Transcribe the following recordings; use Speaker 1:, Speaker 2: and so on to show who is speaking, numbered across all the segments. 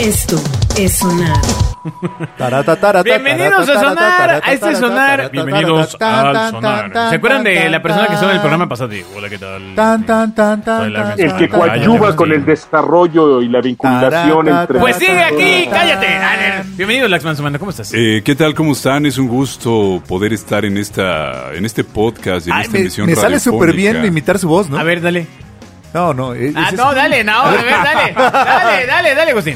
Speaker 1: Esto es sonar.
Speaker 2: Bienvenidos a Sonar, a este Sonar. Bienvenidos al Sonar. ¿Se acuerdan de la persona que estuvo en el programa pasado? Y, Hola, ¿qué tal?
Speaker 3: Tan, tan, tan,
Speaker 2: Soy la
Speaker 3: tan,
Speaker 2: misma.
Speaker 4: El
Speaker 3: tan,
Speaker 4: que
Speaker 3: tan,
Speaker 4: coadyuva
Speaker 3: tan.
Speaker 4: con el desarrollo y la vinculación entre...
Speaker 2: Pues sigue aquí, cállate. A ver, Bienvenido, Laxman Sumanda, ¿cómo estás?
Speaker 5: Eh, ¿Qué tal? ¿Cómo están? Es un gusto poder estar en esta en este podcast, en
Speaker 2: Ay,
Speaker 5: esta
Speaker 3: Me,
Speaker 5: emisión
Speaker 3: me sale
Speaker 5: radiofónica.
Speaker 3: súper bien imitar su voz, ¿no?
Speaker 2: A ver, dale.
Speaker 3: No, no. eh,
Speaker 2: Ah,
Speaker 3: ese-
Speaker 2: no, dale, no, a ver, dale. Dale, dale, dale, Agustín.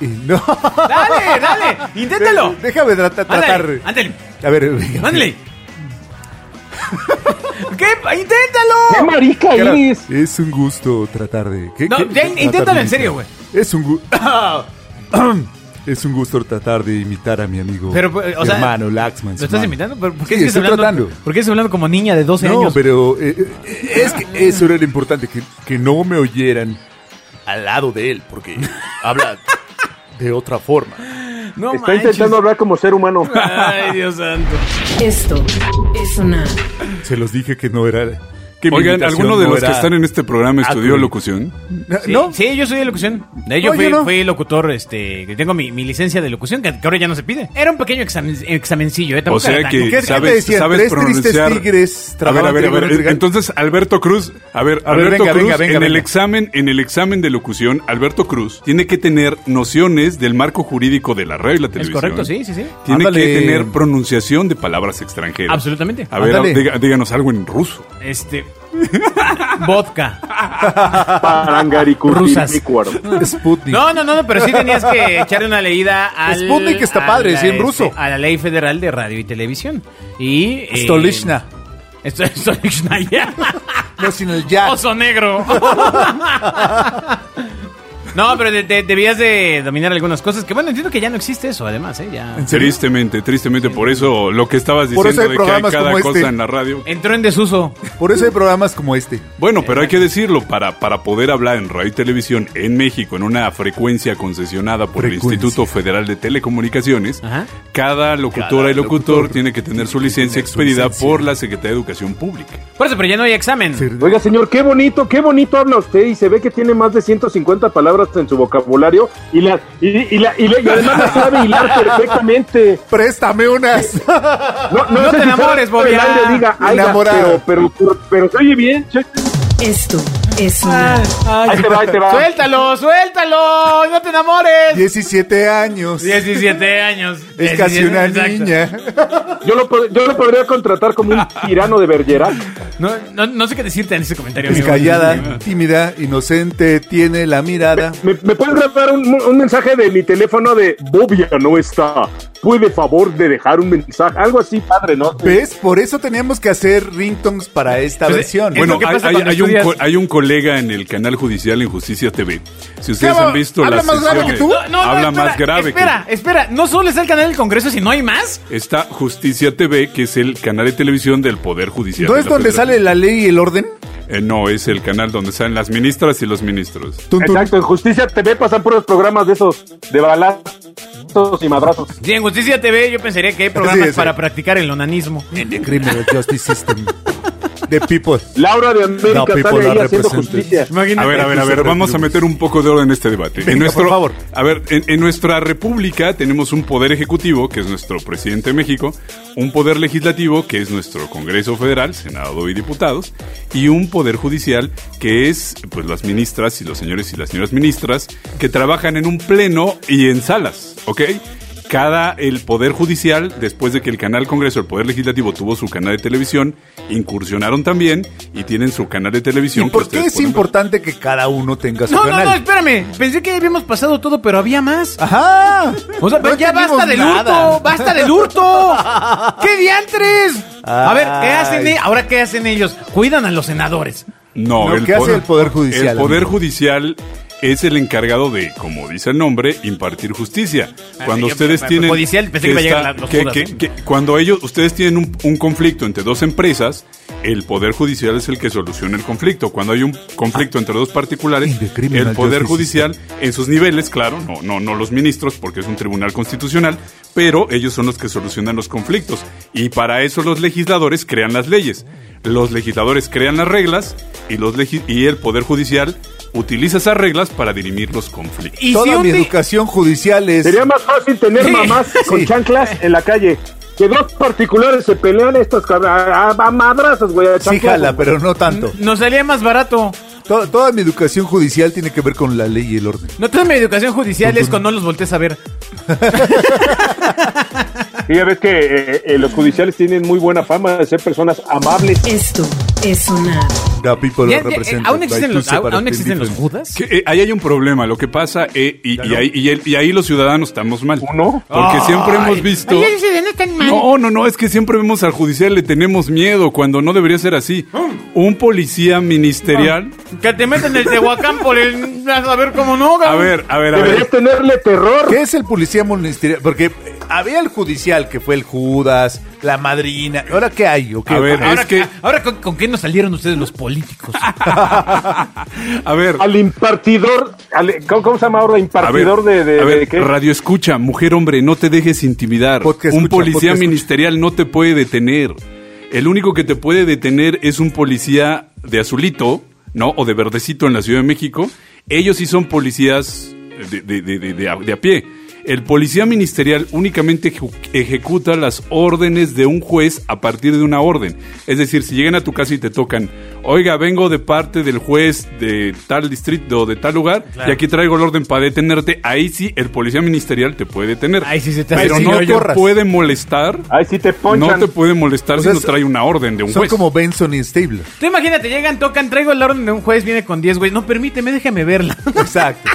Speaker 3: eh, no.
Speaker 2: Dale, dale, inténtalo.
Speaker 3: Déjame trata- tratar.
Speaker 2: Ándale, ándale,
Speaker 3: A ver.
Speaker 2: ándale. ¿Qué? ¡Inténtalo!
Speaker 4: ¡Qué marica
Speaker 3: Cara,
Speaker 4: eres!
Speaker 3: Es un gusto tratar de. ¿qué-
Speaker 2: No,
Speaker 3: qué-
Speaker 2: ya
Speaker 3: tratar de
Speaker 2: inténtalo en
Speaker 3: imitar?
Speaker 2: serio, güey.
Speaker 3: Es un gusto. es un gusto tratar de imitar a mi amigo.
Speaker 2: Pero, eh, o sea,
Speaker 3: hermano Laxman.
Speaker 2: ¿Lo estás imitando? ¿Pero ¿Por qué
Speaker 3: Sí,
Speaker 2: sigues
Speaker 3: estoy
Speaker 2: hablando?
Speaker 3: tratando.
Speaker 2: ¿Por qué estás hablando como niña de 12
Speaker 3: No,
Speaker 2: años?
Speaker 3: pero eh, eh, es que eso era lo importante, que, que no me oyeran al lado de él, porque habla de otra forma.
Speaker 2: No
Speaker 4: Está
Speaker 2: manches.
Speaker 4: intentando hablar como ser humano.
Speaker 2: Ay, Dios santo.
Speaker 1: Esto es sonar.
Speaker 3: Se los dije que no era... Que mi
Speaker 5: Oigan,
Speaker 3: imitación
Speaker 5: ¿alguno de
Speaker 3: no
Speaker 5: los que
Speaker 3: era- Ah,
Speaker 5: están en este programa estudió
Speaker 3: Acme.
Speaker 5: locución?
Speaker 3: No,
Speaker 2: Sí,
Speaker 3: no,
Speaker 2: sí, yo soy de locución. Eh, Yo,
Speaker 3: No,
Speaker 2: fui,
Speaker 3: yo no.
Speaker 2: fui locutor, este, que tengo mi, mi licencia de locución, que, que ahora ya no se pide. Era un pequeño examen, examencillo, eh, tampoco
Speaker 5: O sea
Speaker 2: era tan
Speaker 5: que
Speaker 3: ¿Qué- qué
Speaker 2: complicado.
Speaker 5: sabes,
Speaker 3: te decían?
Speaker 5: sabes
Speaker 3: Tres tristes
Speaker 5: pronunciar.
Speaker 3: tigres
Speaker 5: a ver, a
Speaker 3: trababan
Speaker 5: ver, a
Speaker 3: trigo en el
Speaker 5: ver.
Speaker 3: regal.
Speaker 5: Entonces, Alberto Cruz, a ver,
Speaker 3: A ver,
Speaker 5: Alberto
Speaker 3: venga,
Speaker 5: Cruz,
Speaker 3: venga, venga,
Speaker 5: en el
Speaker 3: venga.
Speaker 5: examen, en el examen de locución, Alberto Cruz tiene que tener nociones del marco jurídico de la radio y la
Speaker 2: Es
Speaker 5: televisión.
Speaker 2: correcto, sí, sí, sí.
Speaker 5: Tiene
Speaker 3: Ándale.
Speaker 5: que tener pronunciación de palabras extranjeras.
Speaker 2: Absolutamente.
Speaker 5: A ver,
Speaker 3: Ándale.
Speaker 5: diga- díganos algo en ruso.
Speaker 2: Este. Vodka. Rusas.
Speaker 4: Parangaricuticuaro.
Speaker 3: Sputnik.
Speaker 2: No, no, no, no, pero sí tenías que echarle una leída al.
Speaker 3: Sputnik está
Speaker 2: a
Speaker 3: padre,
Speaker 2: la,
Speaker 3: sí, en ruso.
Speaker 2: a la ley federal de radio y televisión. Y. eh,
Speaker 3: Stolishna.
Speaker 2: Esto- Stolishna, ya.
Speaker 3: No, sin el ya.
Speaker 2: Oso negro. no, pero de- de- debías de dominar algunas cosas. Que bueno, entiendo que ya no existe eso, además, ¿eh? Ya.
Speaker 5: Tristemente, tristemente, por eso lo que estabas
Speaker 3: Por eso
Speaker 5: diciendo
Speaker 3: hay
Speaker 5: de que hay
Speaker 3: programas
Speaker 5: cada
Speaker 3: como
Speaker 5: cosa
Speaker 3: este.
Speaker 5: en la radio.
Speaker 2: Entró en desuso.
Speaker 3: Por eso hay programas como este.
Speaker 5: Bueno, pero hay que decirlo, para, para poder hablar en radio y televisión en México en una frecuencia concesionada por
Speaker 3: Frecuencia.
Speaker 5: el Instituto Federal de Telecomunicaciones,
Speaker 2: Ajá.
Speaker 5: cada locutora y locutor,
Speaker 3: locutor
Speaker 5: tiene que tener su
Speaker 3: tiene que
Speaker 5: licencia
Speaker 3: tener su
Speaker 5: expedida
Speaker 3: licencia.
Speaker 5: por la Secretaría de Educación Pública.
Speaker 2: Por eso, pero ya no hay examen.
Speaker 3: Sí.
Speaker 4: Oiga, señor, qué bonito, qué bonito habla usted y se ve que tiene más de 150 palabras en su vocabulario y la y, y la, y, la- y además la sabe hilar perfectamente.
Speaker 3: Préstame unas.
Speaker 4: No,
Speaker 2: No
Speaker 4: sé
Speaker 2: te
Speaker 4: si
Speaker 2: enamores,
Speaker 4: fuera el
Speaker 2: Bobia.
Speaker 4: aire diga, "Ay,
Speaker 3: Enamorado.
Speaker 4: pero, pero, pero, pero se oye bien. se oye-
Speaker 1: Esto es sonar.
Speaker 4: Ahí te va, ahí te va.
Speaker 2: Suéltalo, suéltalo. No te enamores.
Speaker 3: 17 años.
Speaker 2: 17 años.
Speaker 3: es casi
Speaker 2: 17,
Speaker 3: una
Speaker 2: exacto.
Speaker 3: niña.
Speaker 4: Yo lo, pod- yo lo podría contratar como un tirano de Bergerac.
Speaker 2: No, no, no sé qué decirte en ese comentario.
Speaker 3: Es
Speaker 2: amigo.
Speaker 3: callada, tímida, inocente, tiene la mirada.
Speaker 4: ¿Me, me puedes grabar un, un mensaje de mi teléfono de Bobia no está? ¿Puede favor de dejar un mensaje? Algo así, padre, ¿no?
Speaker 3: ¿Ves? Por eso teníamos que hacer ringtones para esta
Speaker 2: Pues,
Speaker 3: versión.
Speaker 2: Es
Speaker 5: Bueno,
Speaker 2: lo que
Speaker 5: hay,
Speaker 2: pasa
Speaker 5: hay-
Speaker 2: cuando
Speaker 5: hay un
Speaker 2: estudias-
Speaker 5: co- hay un colega en el canal judicial en Justicia TV. Si ustedes
Speaker 3: va?
Speaker 5: han visto
Speaker 3: ¿Habla
Speaker 5: las
Speaker 3: más grave
Speaker 5: sesiones-
Speaker 3: que tú?
Speaker 2: No, no, no,
Speaker 5: habla
Speaker 2: espera,
Speaker 5: más grave que
Speaker 2: Espera, espera. No solo está el canal del Congreso, si no hay más.
Speaker 5: Está Justicia TV, que es el canal de televisión del Poder Judicial.
Speaker 3: ¿No
Speaker 5: de
Speaker 3: es
Speaker 5: la
Speaker 3: donde
Speaker 5: Federación.
Speaker 3: sale la ley y el orden?
Speaker 5: Eh, no, es el canal donde salen las ministras y los ministros.
Speaker 3: Tun, tun.
Speaker 4: Exacto, en Justicia TV pasan puros programas de esos, de balazos y madrazos.
Speaker 2: Si en Justicia TV yo pensaría que hay programas
Speaker 3: Sí, sí.
Speaker 2: para practicar el onanismo.
Speaker 3: The criminal justice system. The people.
Speaker 4: Laura de América
Speaker 3: No, people
Speaker 4: sale ahí
Speaker 3: are
Speaker 4: haciendo
Speaker 3: represented.
Speaker 4: justicia.
Speaker 5: A ver, a ver, a ver, vamos a meter un poco de orden en este debate. en
Speaker 3: Venga, por favor.
Speaker 5: A ver, en, en nuestra república tenemos un poder ejecutivo, que es nuestro presidente de México, un poder legislativo, que es nuestro Congreso Federal, Senado y diputados, y un poder judicial, que es pues las ministras y los señores y las señoras ministras, que trabajan en un pleno y en salas, ¿ok? Cada el Poder Judicial, después de que el canal Congreso, el Poder Legislativo tuvo su canal de televisión, incursionaron también y tienen su canal de televisión.
Speaker 3: ¿Y
Speaker 5: que
Speaker 3: por qué
Speaker 5: ustedes
Speaker 3: es
Speaker 5: pueden ver.
Speaker 3: importante que cada uno tenga su
Speaker 2: No, no,
Speaker 3: canal?
Speaker 2: no, espérame. Pensé que habíamos pasado todo, pero había más.
Speaker 3: Ajá.
Speaker 2: O sea,
Speaker 3: No
Speaker 2: ya basta
Speaker 3: entendimos
Speaker 2: del
Speaker 3: nada.
Speaker 2: hurto, basta del hurto. ¡Qué diantres! A ver, ¿qué hacen?
Speaker 3: Ay.
Speaker 2: e- Ahora, ¿qué hacen ellos? Cuidan a los senadores.
Speaker 5: No,
Speaker 3: No, ¿qué hace el Poder Judicial,
Speaker 5: El Poder
Speaker 3: amigo?
Speaker 5: Judicial es el encargado de, como dice el nombre, impartir justicia. Cuando
Speaker 2: Ah, yo-
Speaker 5: ustedes
Speaker 2: pero
Speaker 5: tienen
Speaker 2: judicial, pensé que iba a llegar la- los
Speaker 5: que-
Speaker 2: judas,
Speaker 5: que-
Speaker 2: ¿no?
Speaker 5: que- cuando ellos ustedes tienen un, un conflicto entre dos empresas, el Poder Judicial es el que soluciona el conflicto. Cuando hay un
Speaker 3: Ah,
Speaker 5: conflicto entre dos particulares,
Speaker 3: In the criminal
Speaker 5: el Poder
Speaker 3: justice
Speaker 5: Judicial en sus niveles, claro, no no no los ministros porque es un tribunal constitucional, pero ellos son los que solucionan los conflictos y para eso los legisladores crean las leyes los legisladores crean las reglas y, los legi- y el Poder Judicial utiliza esas reglas para dirimir los conflictos.
Speaker 2: Y
Speaker 3: Toda
Speaker 2: si un
Speaker 3: mi
Speaker 2: di-
Speaker 3: educación judicial es.
Speaker 4: Sería más fácil tener
Speaker 2: Sí,
Speaker 4: mamás con
Speaker 3: sí.
Speaker 4: chanclas en la calle. Que dos particulares se pelean estos cabr- a, a- a madrazos, güey. a
Speaker 3: Sí,
Speaker 4: chanclazos.
Speaker 3: jala, pero no tanto.
Speaker 2: nos salía más barato.
Speaker 3: To- toda mi educación judicial tiene que ver con la ley y el orden.
Speaker 2: No toda mi educación judicial es con no los voltees a ver.
Speaker 4: Y ya ves que eh, eh, los judiciales tienen muy buena fama de ser personas amables.
Speaker 1: Esto es sonar.
Speaker 3: The people
Speaker 2: Ya-
Speaker 3: are
Speaker 2: ya-
Speaker 3: represented
Speaker 2: ¿Aún
Speaker 3: by
Speaker 2: existen
Speaker 3: two
Speaker 2: los, aún-
Speaker 3: separate
Speaker 2: aún existen los
Speaker 3: different-
Speaker 2: judas?
Speaker 5: Que, eh, ahí hay un problema, lo que pasa, eh, y, y ahí, y el- y ahí los ciudadanos estamos mal.
Speaker 4: ¿No?
Speaker 5: Porque siempre hemos visto... No, no, no, es que siempre vemos al judicial, le tenemos miedo, cuando no debería ser así. Un policía ministerial...
Speaker 2: Que te meten el Tehuacán por el... A ver cómo no,
Speaker 5: A
Speaker 2: cabrón.
Speaker 5: ver, a ver, a
Speaker 4: Deberías
Speaker 5: ver.
Speaker 4: tenerle terror.
Speaker 3: ¿Qué es el policía ministerial? Porque eh, había el judicial que fue el Judas, la madrina. ¿Ahora qué hay? ¿O qué?
Speaker 5: A ver,
Speaker 2: Ahora, ah,
Speaker 5: es que...
Speaker 2: ahora ¿con, con qué nos salieron ustedes los políticos?
Speaker 5: A ver,
Speaker 4: Al impartidor. al- ¿cómo, cómo se llama ahora?
Speaker 5: a ver,
Speaker 4: Impartidor de, de- de
Speaker 5: a ver,
Speaker 4: qué?
Speaker 5: radio escucha, mujer hombre, no te dejes intimidar.
Speaker 3: Podcast
Speaker 5: un
Speaker 3: escucha,
Speaker 5: policía
Speaker 3: podcast
Speaker 5: ministerial no te puede detener. El único que te puede detener es un policía de azulito, ¿no? O de verdecito en la Ciudad de México. Ellos sí son policías de, de- de- de- de a, de a pie. El policía ministerial únicamente eju- ejecuta las órdenes de un juez a partir de una orden. Es decir, si llegan a tu casa y te tocan, oiga, vengo de parte del juez de tal distrito o de tal lugar, y aquí traigo el orden para detenerte, ahí sí el policía ministerial te puede detener.
Speaker 2: Ahí sí se te hace
Speaker 5: Pero
Speaker 3: así,
Speaker 5: no
Speaker 3: no
Speaker 5: te
Speaker 3: corras.
Speaker 5: puede molestar.
Speaker 4: Ahí sí te
Speaker 5: No
Speaker 4: ponchan.
Speaker 5: te puede molestar
Speaker 3: O sea,
Speaker 5: si no
Speaker 3: Ah, Pues es-
Speaker 5: trae una orden de un
Speaker 3: Son
Speaker 5: juez.
Speaker 3: como Benson y Stabler.
Speaker 2: Tú imagínate, llegan, tocan, traigo el orden de un juez, viene con 10 güey. No, permíteme, déjame verla.
Speaker 3: Exacto.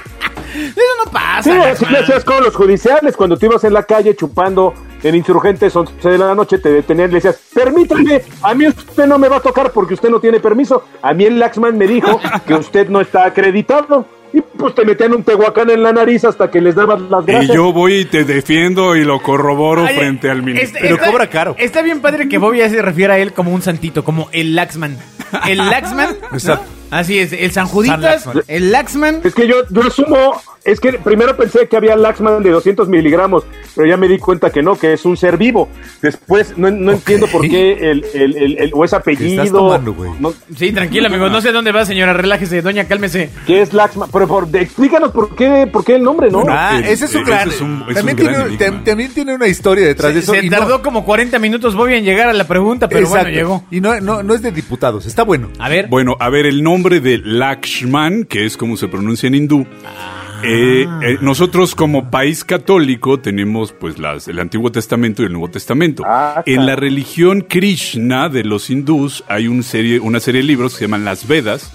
Speaker 2: Eso no pasa.
Speaker 4: Sí, así
Speaker 2: Germán.
Speaker 4: le hacías con los judiciales. Cuando tú ibas en la calle chupando en insurgentes 11 de la noche, te detenían y le decías, permítame, a mí usted no me va a tocar porque usted no tiene permiso. A mí el Laxman me dijo que usted no está acreditado. Y pues te metían un tehuacán en la nariz hasta que les daban las
Speaker 5: Y
Speaker 4: gracias.
Speaker 5: yo voy y te defiendo y lo corroboro
Speaker 2: Oye,
Speaker 5: frente al ministro.
Speaker 2: este-
Speaker 3: Pero cobra caro.
Speaker 2: Está bien padre que Bobby ya se refiere a él como un santito, como el Laxman. El Laxman. ¿no?
Speaker 3: Exacto.
Speaker 2: Así es, el San Juditas,
Speaker 3: Laxman.
Speaker 2: el Laxman.
Speaker 4: Es que yo, yo asumo, es que primero pensé que había Laxman de 200 miligramos, pero ya me di cuenta que no, que es un ser vivo. Después no, no entiendo por qué el, el- el- el- o es apellido.
Speaker 3: tomando, güey?
Speaker 4: no-
Speaker 2: Sí, tranquila, amigo. No sé dónde va, señora. Relájese, doña, cálmese.
Speaker 4: ¿Qué es Laxman? Pero por, explícanos por qué, por qué el nombre, ¿no?
Speaker 3: ah,
Speaker 5: el-
Speaker 3: ese es un
Speaker 5: ese
Speaker 3: gran.
Speaker 5: es un- es
Speaker 3: también,
Speaker 5: un gran
Speaker 3: tiene,
Speaker 5: enigma.
Speaker 3: tam- también tiene una historia detrás de
Speaker 2: Se,
Speaker 3: eso.
Speaker 2: se
Speaker 3: y
Speaker 2: tardó
Speaker 3: no,
Speaker 2: como 40 minutos Bobby en llegar a la pregunta, pero
Speaker 3: exacto.
Speaker 2: bueno, llegó. Ah.
Speaker 3: Y no, no, no es de diputados. Está bueno.
Speaker 2: A ver.
Speaker 5: Bueno, a ver, el nombre de Lakshman, que es como se pronuncia en hindú.
Speaker 2: Ah.
Speaker 5: eh, eh, nosotros como país católico tenemos pues las, el Antiguo Testamento y el Nuevo Testamento.
Speaker 4: Ah,
Speaker 5: en
Speaker 4: claro.
Speaker 5: la religión Krishna de los hindús hay un serie, una serie de libros que se llaman las Vedas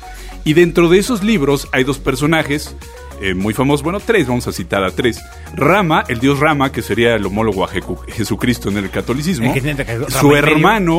Speaker 5: y dentro de esos libros hay dos personajes eh, muy famosos, bueno, tres, vamos a citar a tres. Rama, el dios Rama, que sería el homólogo a Jecu- Jesucristo en el catolicismo.
Speaker 2: El que tiene que- Rama
Speaker 5: Su
Speaker 2: y medio.
Speaker 5: hermano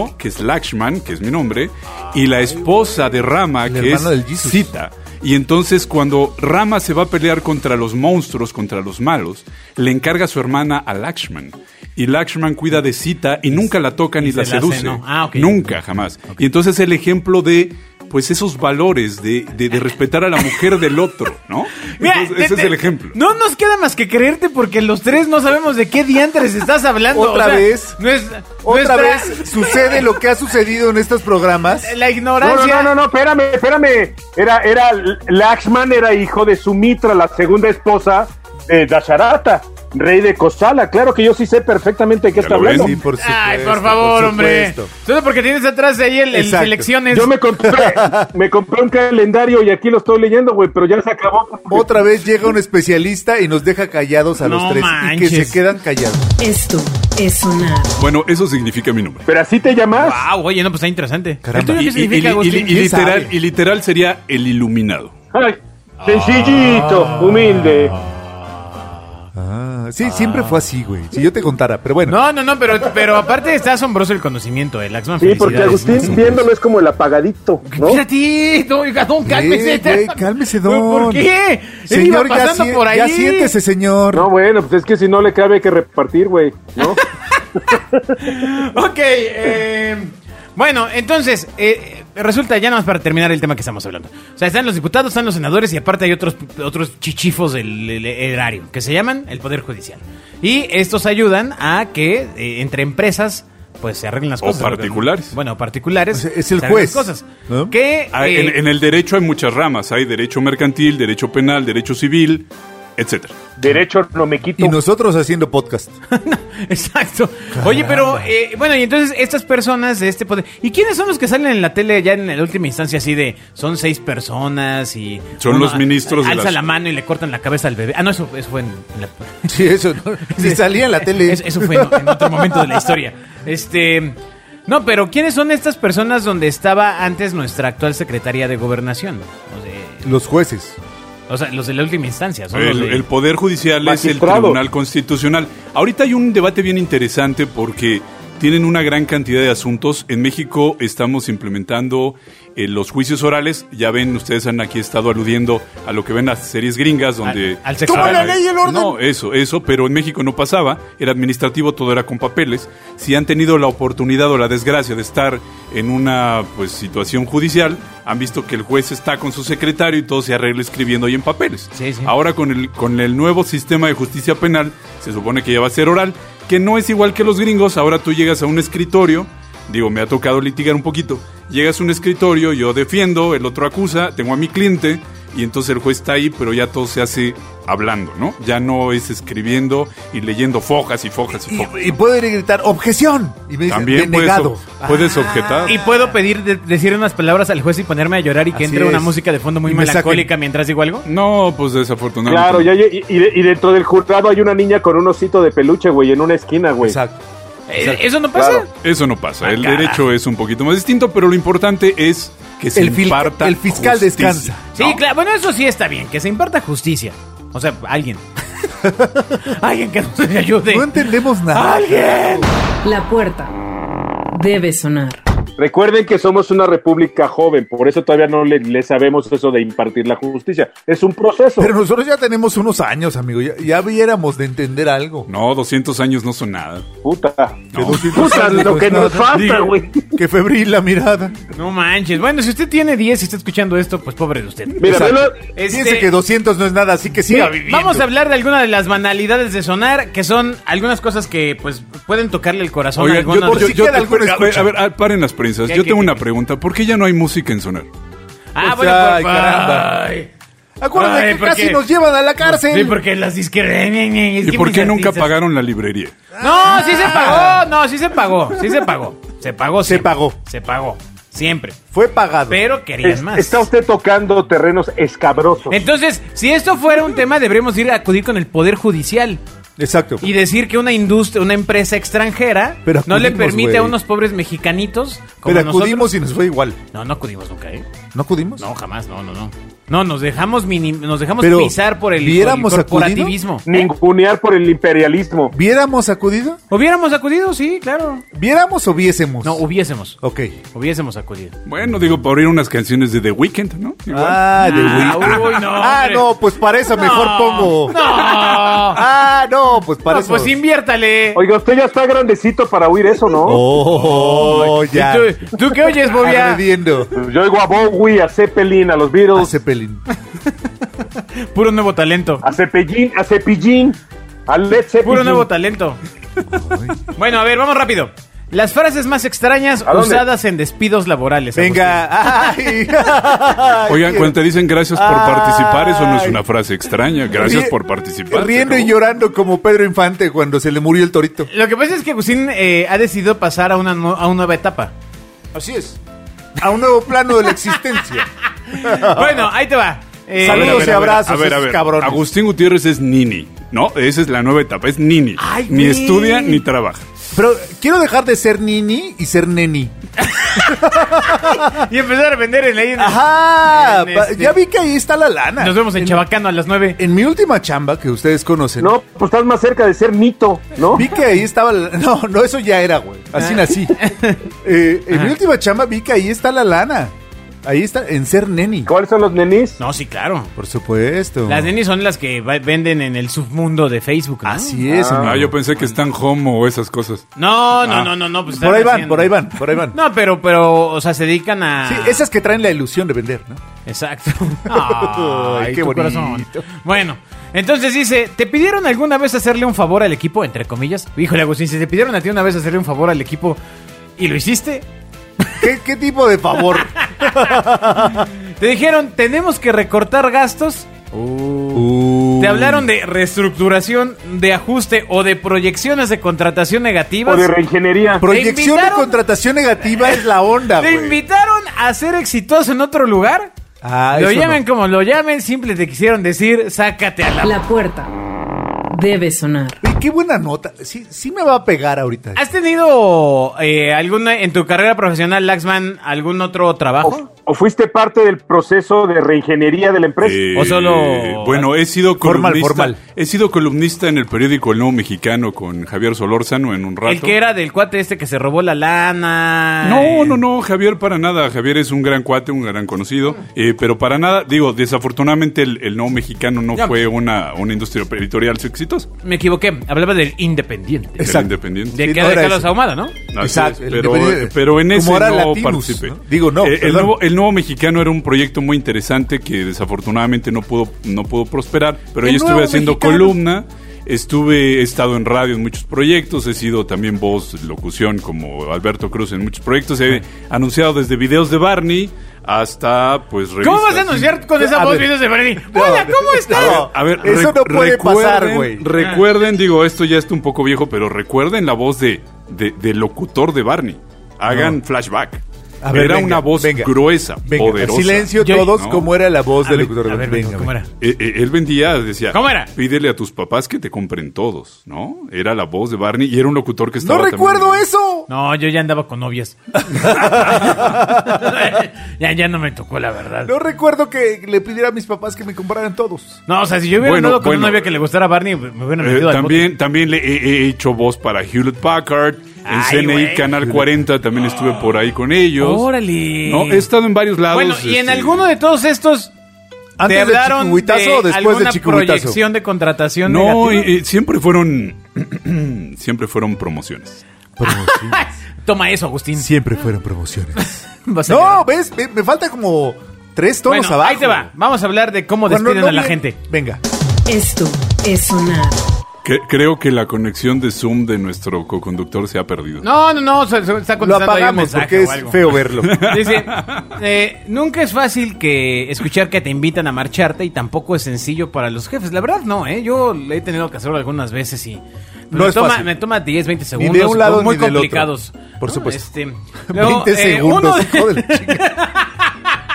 Speaker 5: hermano, que es Lakshman, que es mi nombre, y la esposa de Rama,
Speaker 3: El
Speaker 5: que es
Speaker 3: hermano del Jesus.
Speaker 5: Sita. Y entonces cuando Rama se va a pelear contra los monstruos, contra los malos, le encarga a su hermana a Lakshman. Y Lakshman cuida de Sita y nunca la toca ni
Speaker 2: se
Speaker 5: la
Speaker 2: la hace,
Speaker 5: seduce.
Speaker 2: ¿no? Ah, ok.
Speaker 5: Nunca, jamás. Y entonces el ejemplo de pues esos valores de, de- de respetar a la mujer del otro, ¿no?
Speaker 2: Mira,
Speaker 5: Entonces,
Speaker 2: te-
Speaker 5: ese es
Speaker 2: te-
Speaker 5: el ejemplo.
Speaker 2: No nos queda más que creerte porque los tres no sabemos de qué diantres estás hablando.
Speaker 3: Otra
Speaker 2: o sea,
Speaker 3: vez.
Speaker 2: nues-
Speaker 3: Otra
Speaker 2: nuestra-
Speaker 3: vez sucede lo que ha sucedido en estos programas.
Speaker 2: La
Speaker 4: No, no,
Speaker 2: ignorancia.
Speaker 4: no, no, no, espérame, espérame. Era, era, Lakshman era hijo de Sumitra, la segunda esposa de Dasharata, rey de Kosala. Claro que yo sí sé perfectamente de qué
Speaker 5: Ya
Speaker 4: está
Speaker 5: lo ves.
Speaker 4: hablando.
Speaker 5: Sí,
Speaker 3: por
Speaker 2: Ay,
Speaker 3: supuesto,
Speaker 2: por favor,
Speaker 3: por
Speaker 2: hombre.
Speaker 3: supuesto.
Speaker 2: Solo porque tienes atrás ahí el, el
Speaker 3: Exacto.
Speaker 2: selecciones.
Speaker 4: Yo me compré, me compré un calendario y aquí lo estoy leyendo, güey, pero ya se acabó.
Speaker 3: Otra vez llega un especialista y nos deja callados a
Speaker 2: No
Speaker 3: los tres. Y que
Speaker 2: manches.
Speaker 3: se quedan callados.
Speaker 1: Esto es sonar.
Speaker 5: Bueno, eso significa mi nombre.
Speaker 4: Pero así te llamas.
Speaker 2: Wow, oye, no, pues está interesante.
Speaker 3: Caramba.
Speaker 2: ¿El tuyo
Speaker 5: Y,
Speaker 2: qué
Speaker 5: y- y-
Speaker 2: significa,
Speaker 5: y- y-
Speaker 2: Agustín?
Speaker 5: y literal,
Speaker 3: sabe?
Speaker 5: y literal sería el iluminado.
Speaker 4: Ay, sencillito, humilde.
Speaker 3: Ah, sí, siempre fue así, güey. Si yo te contara, pero bueno.
Speaker 2: No, no, no, pero, pero aparte está asombroso el conocimiento eh, de Laxman.
Speaker 4: Sí, porque Agustín viéndolo es como el apagadito, ¿no?
Speaker 2: Mira a ti, don, oiga, don, cálmese.
Speaker 3: güey, cálmese, don.
Speaker 2: ¿Por qué? Él iba
Speaker 3: Señor, ya,
Speaker 2: pasando
Speaker 3: sien-
Speaker 2: por ahí.
Speaker 3: ya siéntese, señor.
Speaker 4: No, bueno, pues es que si no le cabe que repartir, güey, ¿no?
Speaker 2: Ok, eh, bueno, entonces, eh, resulta, ya nada más para terminar el tema que estamos hablando. O sea, están los diputados, están los senadores y aparte hay otros, otros chichifos del del erario que se llaman el Poder Judicial. Y estos ayudan a que eh, entre empresas pues se arreglen las
Speaker 5: O
Speaker 2: cosas.
Speaker 5: particulares.
Speaker 2: Bueno, particulares.
Speaker 3: O sea, Pues, es el
Speaker 2: se arreglen
Speaker 3: juez,
Speaker 2: las cosas.
Speaker 3: ¿no?
Speaker 2: Que,
Speaker 5: Ah,
Speaker 2: eh,
Speaker 5: en, en el derecho hay muchas ramas. Hay derecho mercantil, derecho penal, derecho civil, etcétera.
Speaker 4: Derecho no me quito.
Speaker 3: Y nosotros haciendo podcast.
Speaker 2: Exacto. Oye, pero eh, bueno, y entonces estas personas de este poder. ¿Y quiénes son los que salen en la tele ya en la última instancia así de son seis personas y.
Speaker 5: Son los ministros de
Speaker 2: Alza
Speaker 5: las-
Speaker 2: la mano y le cortan la cabeza al bebé. Ah, no, eso, eso fue en, en la.
Speaker 3: Sí, eso. ¿no? Si salía en la tele.
Speaker 2: Es- eso fue en, en otro momento de la historia. Este. No, pero ¿quiénes son estas personas donde estaba antes nuestra actual secretaría de gobernación? O sea,
Speaker 3: Los jueces.
Speaker 2: o sea, los de la última instancia. Son los
Speaker 5: El,
Speaker 2: de-
Speaker 5: el Poder Judicial es el
Speaker 4: Magistrado.
Speaker 5: Tribunal Constitucional. Ahorita hay un debate bien interesante porque tienen una gran cantidad de asuntos. En México estamos implementando eh, los juicios orales. Ya ven, ustedes han aquí estado aludiendo a lo que ven las series gringas donde...
Speaker 2: Al- al sexo Como oral.
Speaker 3: la ley y el orden.
Speaker 5: No, eso, eso, pero en México no pasaba. Era administrativo, todo era con papeles. Si han tenido la oportunidad o la desgracia de estar en una pues, situación judicial, han visto que el juez está con su secretario y todo se arregla escribiendo ahí en papeles.
Speaker 2: Sí, sí.
Speaker 5: Ahora con el, con el nuevo sistema de justicia penal, se supone que ya va a ser oral, que no es igual que los gringos. Ahora tú llegas a un escritorio, digo, me ha tocado litigar un poquito. Llegas a un escritorio, yo defiendo, el otro acusa, tengo a mi cliente, y entonces el juez está ahí, pero ya todo se hace hablando, ¿no? Ya no es escribiendo y leyendo fojas y fojas y,
Speaker 3: Y,
Speaker 5: fojas.
Speaker 3: y puedo ir y gritar, objeción. Y me dicen,
Speaker 5: También puedes,
Speaker 3: denegado.
Speaker 5: ob- puedes objetar.
Speaker 2: Y puedo pedir de- decir unas palabras al juez y ponerme a llorar y que
Speaker 3: Así
Speaker 2: entre una
Speaker 3: es.
Speaker 2: música de fondo muy
Speaker 3: Y me
Speaker 2: melancólica mientras digo algo.
Speaker 5: No, pues desafortunadamente.
Speaker 4: Claro,
Speaker 5: no.
Speaker 4: ya, y, y- y dentro del jurado hay una niña con un osito de peluche, güey, en una esquina, güey.
Speaker 3: Exacto.
Speaker 2: Eh, ¿Eso no pasa?
Speaker 4: Claro.
Speaker 5: Eso no pasa.
Speaker 2: Ah,
Speaker 5: el
Speaker 2: caray.
Speaker 5: derecho es un poquito más distinto, pero lo importante es que se
Speaker 3: El fil-
Speaker 5: imparta
Speaker 3: el fiscal
Speaker 5: justicia,
Speaker 3: descansa.
Speaker 2: Sí,
Speaker 5: ¿no?
Speaker 2: claro. Bueno, eso sí está bien, que se imparta justicia. O sea, alguien. alguien que nos ayude.
Speaker 3: No entendemos nada.
Speaker 2: ¡Alguien!
Speaker 1: La puerta debe sonar.
Speaker 4: Recuerden que somos una república joven, por eso todavía no le, le sabemos eso de impartir la justicia. Es un proceso.
Speaker 3: Pero nosotros ya tenemos unos años, amigo. Ya, ya viéramos de entender algo.
Speaker 5: No, 200 años no son nada.
Speaker 4: Puta.
Speaker 3: Que
Speaker 5: No.
Speaker 3: 200
Speaker 4: Puta,
Speaker 3: años
Speaker 4: lo que
Speaker 3: no
Speaker 4: nos
Speaker 3: nada.
Speaker 4: falta,
Speaker 3: Digo,
Speaker 4: güey.
Speaker 3: Que febril la mirada.
Speaker 2: No manches. Bueno, si usted tiene 10 y está escuchando esto, pues pobre de usted.
Speaker 4: Mira,
Speaker 3: Exacto.
Speaker 4: velo-
Speaker 2: Este-
Speaker 3: Piense que 200 no es nada, así que siga
Speaker 2: Mira,
Speaker 3: viviendo.
Speaker 2: vamos a hablar de alguna de las banalidades de sonar, que son algunas cosas que pues pueden tocarle el corazón a
Speaker 5: Oigan,
Speaker 2: algunos.
Speaker 5: yo, yo-
Speaker 3: Si
Speaker 5: yo-
Speaker 3: queda
Speaker 5: espera,
Speaker 3: alguna
Speaker 5: espera,
Speaker 3: escucha.
Speaker 5: a ver, ah, paren las prensas.
Speaker 2: ¿Qué,
Speaker 5: Yo
Speaker 2: qué,
Speaker 5: tengo
Speaker 2: qué?
Speaker 5: una pregunta. ¿Por qué ya no hay música en sonar?
Speaker 2: ah,
Speaker 3: Pues,
Speaker 2: bueno,
Speaker 3: ay,
Speaker 2: por-
Speaker 3: caramba.
Speaker 2: ay.
Speaker 3: Acuérdate
Speaker 2: Ay,
Speaker 3: que
Speaker 2: ¿por
Speaker 3: casi
Speaker 2: qué?
Speaker 3: nos llevan a la cárcel.
Speaker 2: Sí, porque las disque...
Speaker 5: ¿Y por qué nunca
Speaker 2: pagaron?
Speaker 5: pagaron la librería?
Speaker 2: No, sí se pagó, no, sí se pagó, sí se pagó. Se pagó,
Speaker 3: Se
Speaker 2: siempre,
Speaker 3: pagó.
Speaker 2: Se pagó, siempre.
Speaker 3: Fue pagado.
Speaker 2: Pero querían
Speaker 4: es-
Speaker 2: más.
Speaker 4: está usted tocando terrenos escabrosos.
Speaker 2: Entonces, si esto fuera un tema, deberíamos ir a acudir con el Poder Judicial
Speaker 3: Exacto.
Speaker 2: y decir que una industria, una empresa extranjera
Speaker 3: Pero
Speaker 2: no le
Speaker 3: acudimos,
Speaker 2: permite
Speaker 3: güey.
Speaker 2: a unos pobres mexicanitos como
Speaker 3: Pero
Speaker 2: nosotros.
Speaker 3: acudimos y nos fue igual.
Speaker 2: No, no acudimos nunca, ¿eh?
Speaker 3: ¿No acudimos?
Speaker 2: No, jamás, no, no, no. No, nos dejamos minim- nos dejamos
Speaker 3: Pero,
Speaker 2: pisar por el, por el
Speaker 3: ¿hubiéramos acudido?
Speaker 2: corporativismo.
Speaker 4: Ningunear por el imperialismo.
Speaker 3: ¿Viéramos acudido?
Speaker 2: Hubiéramos acudido, sí, claro.
Speaker 3: ¿Viéramos o viésemos?
Speaker 2: No, hubiésemos.
Speaker 3: Ok.
Speaker 2: Hubiésemos acudido.
Speaker 5: Bueno, digo, para oír unas canciones de The Weeknd, ¿no? Igual.
Speaker 3: Ah, de
Speaker 2: Ah,
Speaker 3: Wii.
Speaker 2: uy, no,
Speaker 3: Ah,
Speaker 2: hombre.
Speaker 3: no, pues para eso mejor pongo.
Speaker 2: No.
Speaker 3: Ah, no, pues para
Speaker 2: No,
Speaker 3: eso.
Speaker 2: pues inviértale.
Speaker 4: Oiga, usted ya está grandecito para oír eso, ¿no?
Speaker 3: Oh,
Speaker 2: ¿Y
Speaker 3: ya.
Speaker 2: ¿Tú, tú qué oyes, Bobia?
Speaker 3: Agrediendo
Speaker 4: Yo oigo a Bowie, a Zeppelin, a los
Speaker 3: a
Speaker 4: Beatles,
Speaker 3: Ah, Zeppelin.
Speaker 2: Puro nuevo talento.
Speaker 4: a Cepillín, a Cepillín, a Led Zeppelin.
Speaker 2: Puro nuevo talento. Bueno, a ver, vamos rápido. Las frases más extrañas
Speaker 4: ¿A dónde?
Speaker 2: usadas en despidos laborales.
Speaker 3: Venga. Ay.
Speaker 5: Oigan, cuando te dicen gracias por
Speaker 3: Ay.
Speaker 5: participar, eso no es una frase extraña. Gracias
Speaker 3: Rie-
Speaker 5: por participar.
Speaker 3: Riendo y
Speaker 5: ¿no?
Speaker 3: llorando como Pedro Infante cuando se le murió el torito.
Speaker 2: Agustín. Lo que pasa es que Agustín eh, ha decidido pasar a una, nu- a una nueva etapa.
Speaker 3: Así es. A un nuevo plano de la existencia.
Speaker 2: Bueno, ahí te va. Eh,
Speaker 5: A ver, a
Speaker 3: Saludos
Speaker 5: ver,
Speaker 3: y
Speaker 5: a ver,
Speaker 3: abrazos,
Speaker 5: a ver, a
Speaker 3: esos
Speaker 5: ver.
Speaker 3: cabrones.
Speaker 5: Agustín Gutiérrez es Nini, ¿no? Esa es la nueva etapa, es Nini.
Speaker 2: Ay,
Speaker 5: ni
Speaker 2: güey.
Speaker 5: estudia ni trabaja.
Speaker 3: Pero quiero dejar de ser nini y ser neni.
Speaker 2: Y empezar a vender en ahí. en-
Speaker 3: Ajá.
Speaker 2: En
Speaker 3: pa-
Speaker 2: este-
Speaker 3: Ya vi que ahí está la lana.
Speaker 2: Nos vemos en, Chabacano a las 9.
Speaker 3: En mi última chamba que ustedes conocen.
Speaker 4: No, pues estás más cerca de ser mito, ¿no?
Speaker 3: Vi que ahí estaba la... No, no,
Speaker 2: Ah.
Speaker 3: eso ya era, güey. Así nací. Eh, en mi última chamba vi que ahí está la lana. Ahí está, en ser neni.
Speaker 4: ¿Cuáles son los nenis?
Speaker 2: No, sí, claro.
Speaker 3: Por supuesto.
Speaker 2: Las nenis son las que va- venden en el submundo de Facebook. ¿no?
Speaker 3: Así es, amigo.
Speaker 5: Ah, yo pensé que están homo o esas cosas.
Speaker 2: No, no,
Speaker 5: Ah.
Speaker 2: no, no, no. pues
Speaker 3: Por ahí
Speaker 2: están
Speaker 3: van,
Speaker 2: haciendo-
Speaker 3: por ahí van, por ahí van.
Speaker 2: No, pero, pero, o sea, se dedican a.
Speaker 3: Sí, esas que traen la ilusión de vender, ¿no?
Speaker 2: Exacto. Ay,
Speaker 3: qué
Speaker 2: tu
Speaker 3: bonito.
Speaker 2: corazón. Bueno, entonces dice, ¿te pidieron alguna vez hacerle un favor al equipo, entre comillas? Híjole, Agustín, si te pidieron a ti una vez hacerle un favor al equipo y lo hiciste,
Speaker 3: ¿Qué, qué tipo de favor?
Speaker 2: te dijeron, tenemos que recortar gastos. Te hablaron de reestructuración, de ajuste o de proyecciones de contratación
Speaker 4: O
Speaker 2: negativas.
Speaker 4: de reingeniería.
Speaker 3: Proyección de
Speaker 2: invitaron-
Speaker 3: contratación negativa es la onda,
Speaker 2: ¿Te
Speaker 3: güey.
Speaker 2: invitaron a ser exitoso en otro lugar?
Speaker 3: Ah,
Speaker 2: lo
Speaker 3: eso
Speaker 2: llamen
Speaker 3: no.
Speaker 2: como lo llamen, simple te quisieron decir, sácate a la...
Speaker 1: La puerta debe sonar.
Speaker 3: Oye, qué buena nota. Sí, sí me va a pegar ahorita.
Speaker 2: ¿Has tenido eh, alguna en tu carrera profesional, Laxman, algún otro trabajo?
Speaker 4: O, o fuiste parte del proceso de reingeniería de la empresa?
Speaker 5: Eh,
Speaker 2: O solo-
Speaker 5: Bueno, he sido
Speaker 3: Formal,
Speaker 5: columnista.
Speaker 3: formal.
Speaker 5: He sido columnista en el periódico El Nuevo Mexicano con Javier Solórzano en un rato.
Speaker 2: El que era del cuate este que se robó la lana.
Speaker 5: No,
Speaker 2: eh,
Speaker 5: no, no, Javier para nada. Javier es un gran cuate, un gran conocido, eh, pero para nada, digo, desafortunadamente el, el no mexicano no
Speaker 2: Ya.
Speaker 5: fue una, una industria editorial exitosa.
Speaker 2: Me equivoqué, hablaba del independiente.
Speaker 5: Es
Speaker 3: Exacto.
Speaker 5: independiente.
Speaker 2: De
Speaker 3: Sí,
Speaker 2: que
Speaker 3: no
Speaker 2: era
Speaker 3: era
Speaker 2: Carlos
Speaker 3: ese.
Speaker 2: Ahumada, ¿no?
Speaker 5: Así
Speaker 3: Exacto,
Speaker 5: es,
Speaker 3: el
Speaker 5: pero,
Speaker 3: independiente.
Speaker 5: pero en
Speaker 3: Como
Speaker 5: ese
Speaker 3: era
Speaker 5: no
Speaker 3: Latinus,
Speaker 5: participé.
Speaker 3: ¿no? Digo, no,
Speaker 5: Eh, el,
Speaker 3: perdón.
Speaker 5: nuevo, el nuevo mexicano era un proyecto muy interesante que desafortunadamente no pudo, no pudo prosperar, pero
Speaker 3: El
Speaker 5: yo estuve
Speaker 3: Nuevo
Speaker 5: haciendo
Speaker 3: Mexicano.
Speaker 5: columna. Estuve, he estado en radio en muchos proyectos, he sido también voz, locución como Alberto Cruz en muchos proyectos, he anunciado desde videos de Barney hasta pues revistas.
Speaker 2: ¿Cómo vas a anunciar con esa
Speaker 3: A
Speaker 2: voz
Speaker 3: ver.
Speaker 2: videos de Bernie? Hola, ¿cómo estás?
Speaker 3: No.
Speaker 5: A ver,
Speaker 3: Eso
Speaker 5: rec-
Speaker 3: no puede pasar,
Speaker 5: recuerden-
Speaker 3: güey.
Speaker 5: Recuerden, digo, esto ya está un poco viejo, pero recuerden la voz de, de- del locutor de Barney. Hagan flashback.
Speaker 3: A ver,
Speaker 5: Era
Speaker 3: venga,
Speaker 5: una voz
Speaker 3: venga.
Speaker 5: gruesa,
Speaker 3: Venga,
Speaker 5: poderosa.
Speaker 3: silencio
Speaker 2: Yo-
Speaker 3: todos,
Speaker 5: no.
Speaker 3: como era la voz
Speaker 2: A
Speaker 3: del
Speaker 2: ver,
Speaker 3: locutor.
Speaker 2: a ver,
Speaker 3: Venga,
Speaker 2: ¿cómo
Speaker 3: venga.
Speaker 2: era?
Speaker 5: Eh, eh, él vendía, decía,
Speaker 2: ¿Cómo era?
Speaker 5: pídele a tus papás que te compren todos, ¿no? Era la voz de Barney y era un locutor que
Speaker 3: ¡No
Speaker 5: estaba... también-
Speaker 3: recuerdo eso!
Speaker 2: No, yo ya andaba con novias. ya, ya no me tocó, la verdad.
Speaker 3: No recuerdo que le pidiera a mis papás que me compraran todos.
Speaker 2: No, o sea, si yo hubiera
Speaker 5: Bueno,
Speaker 2: andado con
Speaker 5: bueno.
Speaker 2: una novia que le gustara a Barney, me hubieran
Speaker 5: Eh,
Speaker 2: metido al bote.
Speaker 5: también, también le he, he hecho voz para Hewlett Packard, en
Speaker 2: Ay,
Speaker 5: CNI
Speaker 2: güey.
Speaker 5: Canal 40 también estuve por ahí con ellos.
Speaker 2: Órale.
Speaker 5: No, he estado en varios lados.
Speaker 2: Bueno, y en
Speaker 5: este,
Speaker 2: alguno de todos estos.
Speaker 3: ¿Antes
Speaker 2: ¿Te
Speaker 3: de
Speaker 2: hablaron de,
Speaker 3: Chiquihuitazo o después de
Speaker 2: alguna
Speaker 3: Chiquihuitazo?
Speaker 2: proyección de contratación
Speaker 5: No,
Speaker 2: negativa?
Speaker 5: y- y siempre fueron siempre fueron promociones.
Speaker 2: Toma eso, Agustín.
Speaker 3: Siempre fueron promociones.
Speaker 2: Vas a ganar.
Speaker 3: no, ¿ves? Me, me falta como tres tonos
Speaker 2: Bueno,
Speaker 3: abajo.
Speaker 2: ahí te va. Vamos a hablar de cómo
Speaker 3: Cuando
Speaker 2: despiden
Speaker 3: no
Speaker 2: a la
Speaker 3: me-
Speaker 2: gente.
Speaker 3: Venga.
Speaker 1: Esto es sonar.
Speaker 5: Que- creo que la conexión de Zoom de nuestro coconductor se ha perdido.
Speaker 2: No, no, no. se- se- Está
Speaker 3: Lo
Speaker 2: contestando ahí un
Speaker 3: apagamos
Speaker 2: mensaje
Speaker 3: porque
Speaker 2: o
Speaker 3: es
Speaker 2: algo.
Speaker 3: feo verlo.
Speaker 2: Dice, eh, nunca es fácil que escuchar que te invitan a marcharte y tampoco es sencillo para los jefes. La verdad no, ¿eh? Yo le he tenido que hacerlo algunas veces y
Speaker 3: No
Speaker 2: me,
Speaker 3: es
Speaker 2: toma,
Speaker 3: fácil.
Speaker 2: me toma 10, 20 segundos.
Speaker 3: de un lado
Speaker 2: muy
Speaker 3: ni del otro.
Speaker 2: complicados.
Speaker 3: Por
Speaker 2: ¿no?
Speaker 3: supuesto.
Speaker 2: Este,
Speaker 3: 20
Speaker 2: luego, eh,
Speaker 3: segundos,
Speaker 2: uno de-
Speaker 3: hijo de la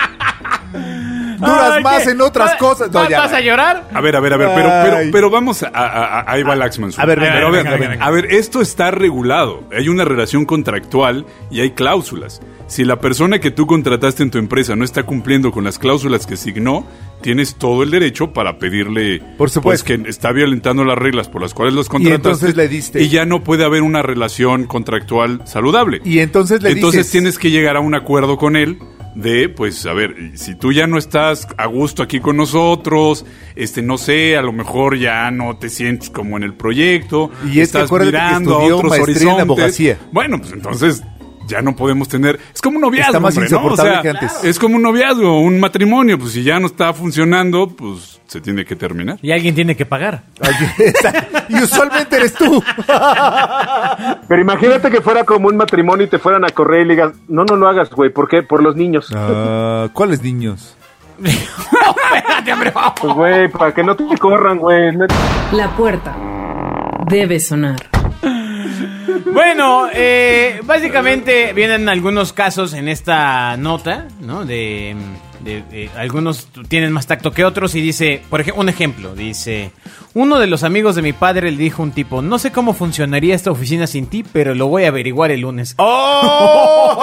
Speaker 3: chingada. Duras
Speaker 2: Ay,
Speaker 3: más
Speaker 2: ¿qué?
Speaker 3: en otras
Speaker 2: Va-
Speaker 3: cosas. No,
Speaker 2: va-
Speaker 3: ya.
Speaker 2: ¿Vas a llorar?
Speaker 5: A ver, a ver, a ver, pero,
Speaker 3: Ay.
Speaker 5: pero, pero vamos a, a- a- ahí va Laxman.
Speaker 3: a ver,
Speaker 5: Pero
Speaker 2: venga,
Speaker 5: a ver,
Speaker 2: venga, venga.
Speaker 5: a ver, esto está regulado. Hay una relación contractual y hay cláusulas. Si la persona que tú contrataste en tu empresa no está cumpliendo con las cláusulas que signó, tienes todo el derecho para pedirle
Speaker 3: Por supuesto.
Speaker 5: pues, que está violentando las reglas por las cuales los contrataste.
Speaker 3: entonces le diste.
Speaker 5: Y ya no puede haber una relación contractual saludable.
Speaker 3: Y entonces le
Speaker 5: Entonces
Speaker 3: dices-
Speaker 5: tienes que llegar a un acuerdo con él de, pues, a ver, si tú ya no estás a gusto aquí con nosotros, este, no sé, a lo mejor ya no te sientes como en el proyecto,
Speaker 3: Y es que
Speaker 5: estás
Speaker 3: acuérdate que
Speaker 5: mirando a
Speaker 3: estudió
Speaker 5: otros
Speaker 3: maestría en
Speaker 5: horizontes.
Speaker 3: abogacía.
Speaker 5: Bueno, pues entonces ya no podemos tener, es como un noviazgo,
Speaker 3: Está más
Speaker 5: hombre, ¿no?
Speaker 3: insoportable
Speaker 5: O sea,
Speaker 3: que antes.
Speaker 5: es como un noviazgo, un matrimonio, pues si ya no está funcionando, pues se tiene que terminar.
Speaker 2: Y alguien tiene que pagar.
Speaker 3: Exacto. y usualmente eres tú.
Speaker 4: Pero imagínate que fuera como un matrimonio y te fueran a correr y le digas, no, no lo hagas, güey, ¿por qué? Por los niños.
Speaker 3: Ah, ¿Cuáles niños?
Speaker 2: Espérate, hombre.
Speaker 4: Pues, güey, para que no te corran, güey. neta.
Speaker 1: La puerta debe sonar.
Speaker 2: Bueno, eh, básicamente vienen algunos casos en esta nota, ¿no? De, de- de- algunos tienen más tacto que otros y dice, por ejemplo, un ejemplo, dice, uno de los amigos de mi padre le dijo a un tipo, no sé cómo funcionaría esta oficina sin ti, pero lo voy a averiguar el lunes.
Speaker 5: Ah,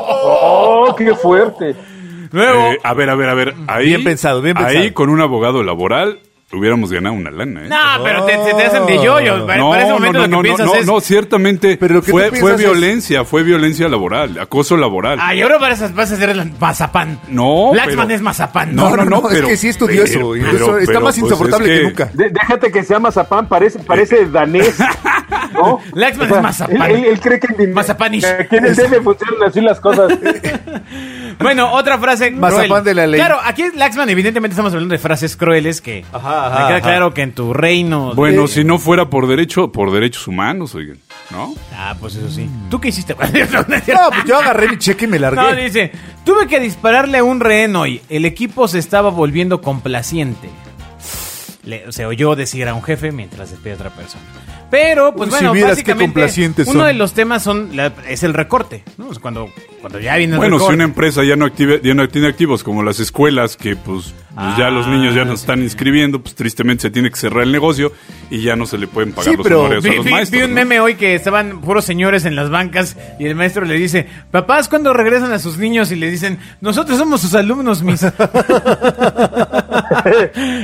Speaker 4: ¡Oh, qué fuerte!
Speaker 2: Luego,
Speaker 5: Eh, a ver, a ver, a ver, ahí,
Speaker 3: Bien pensado, bien
Speaker 5: Ahí
Speaker 3: pensado.
Speaker 5: con un abogado laboral hubiéramos ganado una lana. ¿eh?
Speaker 2: No, pero te, te, te hacen de yo-yo. Pa- Para ese momento lo que
Speaker 5: ah. no,
Speaker 2: piensas
Speaker 5: no,
Speaker 2: es.
Speaker 5: no, ciertamente
Speaker 3: Pero lo que
Speaker 5: fue,
Speaker 3: tú
Speaker 5: fue
Speaker 3: piensas es-
Speaker 5: violencia, fue violencia laboral, acoso laboral.
Speaker 2: Ay, ahora vas a, vas a hacer el mazapán.
Speaker 5: No,
Speaker 2: Laxman
Speaker 5: pero-
Speaker 2: es mazapán.
Speaker 5: No, no, no,
Speaker 3: es
Speaker 5: pero-
Speaker 3: que sí estudió
Speaker 5: pero-
Speaker 3: eso. y
Speaker 5: pero-
Speaker 3: eso está
Speaker 5: pero,
Speaker 3: más
Speaker 5: pues,
Speaker 3: insoportable
Speaker 5: es
Speaker 3: que,
Speaker 5: que-
Speaker 3: nunca.
Speaker 4: De- déjate que sea mazapán, parece, parece danés. ¿no?
Speaker 2: Laxman es mazapán.
Speaker 4: Él, él- él cree que en,
Speaker 2: Mazapanish.
Speaker 4: que aquí en el DF funcionan así las cosas.
Speaker 2: Bueno, otra frase. cruel.
Speaker 3: Mazapán de la ley.
Speaker 2: Claro, aquí Laxman, evidentemente estamos hablando de frases crueles que.
Speaker 3: Ajá, ajá,
Speaker 2: me queda
Speaker 3: ajá.
Speaker 2: claro que en tu reino. de-
Speaker 5: Bueno, si no fuera por derecho, por derechos humanos, oigan, ¿no?
Speaker 2: Ah, pues eso sí. ¿Tú qué hiciste? No, no es cierto.
Speaker 3: No, pues yo agarré mi cheque y me largué.
Speaker 2: No, dice, tuve que dispararle a un rehén hoy. El equipo se estaba volviendo complaciente. Le- se oyó decir a un jefe mientras despide a otra persona. Pero, pues
Speaker 3: Uy, si
Speaker 2: bueno,
Speaker 3: vieras qué
Speaker 2: básicamente
Speaker 3: complacientes
Speaker 2: uno
Speaker 3: son.
Speaker 2: de los temas son la- es el recorte. ¿no? O sea, cuando, cuando ya viene el
Speaker 5: Bueno, si
Speaker 2: recorte.
Speaker 5: una empresa ya no, active- ya no tiene activos como las escuelas, que pues, pues, ya los niños ya no
Speaker 2: Ah,
Speaker 5: están inscribiendo, pues tristemente se tiene que cerrar el negocio y ya no se le pueden pagar
Speaker 3: Sí,
Speaker 5: los
Speaker 3: pero
Speaker 5: honorarios
Speaker 2: Vi,
Speaker 5: a los
Speaker 2: vi-
Speaker 5: maestros.
Speaker 2: vi un
Speaker 5: ¿no?
Speaker 2: meme hoy que estaban puros señores en las bancas y el maestro le dice, papás, ¿cuándo regresan a sus niños? Y le dicen, nosotros somos sus alumnos, mis.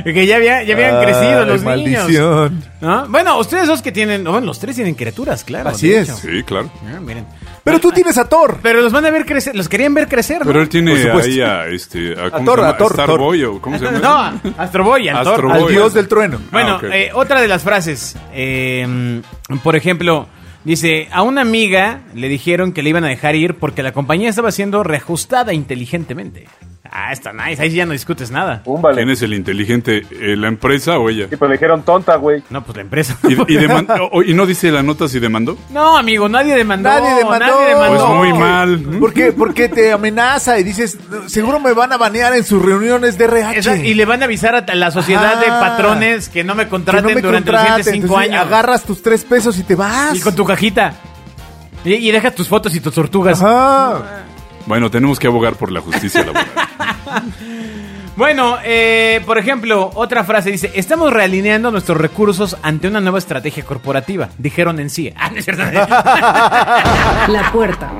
Speaker 2: que ya, había- ya habían
Speaker 3: Ay,
Speaker 2: crecido los niños.
Speaker 3: maldición.
Speaker 2: ¿No? Bueno, ustedes dos que tienen, oh, bueno, los tres tienen criaturas, claro.
Speaker 3: Así
Speaker 2: de
Speaker 3: es.
Speaker 2: hecho.
Speaker 5: Sí, claro.
Speaker 2: Ah, miren.
Speaker 3: Pero tú tienes a Thor.
Speaker 2: Pero los van a ver crecer, los querían ver crecer, ¿no?
Speaker 5: Pero él
Speaker 3: Por
Speaker 5: tiene
Speaker 3: supuesto.
Speaker 5: ahí a este a, ¿cómo
Speaker 3: Thor,
Speaker 5: se llama?
Speaker 3: a Thor,
Speaker 5: Starboy o ¿cómo se llama?
Speaker 2: no, a- Astro Boy, al Thor.
Speaker 5: Astro
Speaker 3: Al
Speaker 5: Boy.
Speaker 3: dios del trueno.
Speaker 5: Ah,
Speaker 2: Bueno,
Speaker 5: ok.
Speaker 2: eh, otra de las frases. eh, por ejemplo, dice, a una amiga le dijeron que le iban a dejar ir porque la compañía estaba siendo reajustada inteligentemente. Ah, está nice, ahí ya no discutes nada.
Speaker 4: Púmbale.
Speaker 5: ¿Quién es el inteligente? eh, ¿La empresa o ella?
Speaker 4: Sí, pero le dijeron tonta, güey.
Speaker 2: No, pues la empresa.
Speaker 5: ¿Y, y demanda- o- y no dice la nota si demandó?
Speaker 2: No, amigo, nadie demandó.
Speaker 3: Nadie demandó.
Speaker 2: nadie demandó.
Speaker 5: Pues muy mal.
Speaker 3: ¿Por qué? Porque te amenaza y dices, seguro me van a banear en sus reuniones de RH.
Speaker 2: Esa- y le van a avisar a la sociedad de
Speaker 3: Ah.
Speaker 2: patrones que no me
Speaker 3: Que
Speaker 2: contraten
Speaker 3: no me
Speaker 2: durante los
Speaker 3: contraten.
Speaker 2: siguientes cinco
Speaker 3: Entonces,
Speaker 2: años.
Speaker 3: Agarras tus tres pesos y te vas.
Speaker 2: Y con tu cajita. Y, y dejas tus fotos y tus tortugas.
Speaker 3: Ajá.
Speaker 5: Bueno, tenemos que abogar por la justicia laboral.
Speaker 2: Bueno, eh, por ejemplo, otra frase dice: Estamos realineando nuestros recursos ante una nueva estrategia corporativa. Dijeron en sí. Ah, no es cierto.
Speaker 1: La puerta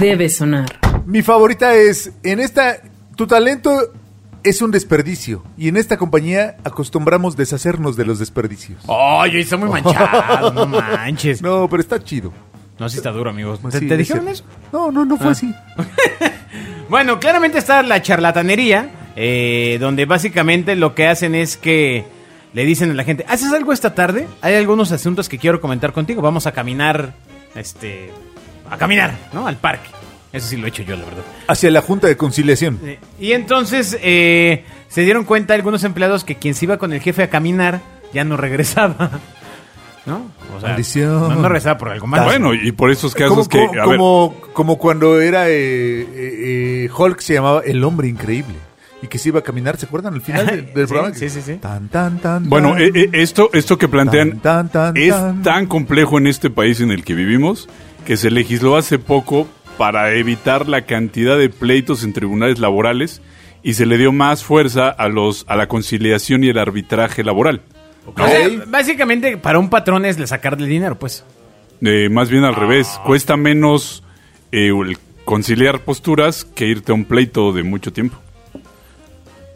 Speaker 1: debe sonar.
Speaker 3: Mi favorita es, en esta, tu talento es un desperdicio. Y en esta compañía acostumbramos deshacernos de los desperdicios.
Speaker 2: Oye, está muy manchado. No manches. No,
Speaker 3: No, pero está chido.
Speaker 2: sí está duro, amigos.
Speaker 3: Pues
Speaker 2: ¿Te,
Speaker 3: sí,
Speaker 2: te
Speaker 3: es
Speaker 2: dijeron eso? Ah.
Speaker 3: cierto. No, no, no fue así.
Speaker 2: Bueno, claramente está la charlatanería, eh, donde básicamente lo que hacen es que le dicen a la gente, ¿haces algo esta tarde? Hay algunos asuntos que quiero comentar contigo. Vamos a caminar, este, a caminar, ¿no? Al parque. Eso sí lo he hecho yo, la verdad.
Speaker 3: Hacia la Junta de Conciliación.
Speaker 2: Eh, Y entonces eh, se dieron cuenta algunos empleados que quien se iba con el jefe a caminar ya no regresaba. ¿No? O sea,
Speaker 3: Maldición.
Speaker 2: no, no regresaba por algo malo.
Speaker 5: bueno, y por esos
Speaker 3: Como,
Speaker 5: casos que...
Speaker 3: como-
Speaker 5: a ver,
Speaker 3: como- como cuando era eh, eh, eh, Hulk se llamaba El Hombre Increíble y que se iba a caminar, ¿se acuerdan? Al final del, del
Speaker 2: Sí,
Speaker 3: programa.
Speaker 2: sí, sí, sí.
Speaker 3: Tan, tan, tan,
Speaker 5: Bueno,
Speaker 3: tan.
Speaker 5: eh, eh, esto, esto que plantean
Speaker 3: Tan, tan, tan,
Speaker 5: es
Speaker 3: tan.
Speaker 5: tan complejo en este país en el que vivimos que se legisló hace poco para evitar la cantidad de pleitos en tribunales laborales y se le dio más fuerza a los a la conciliación y el arbitraje laboral.
Speaker 2: O sea, básicamente para un patrón es le sacarle el dinero, pues.
Speaker 5: Eh, más bien al
Speaker 2: Ah.
Speaker 5: revés, cuesta menos eh, el conciliar posturas que irte a un pleito de mucho tiempo.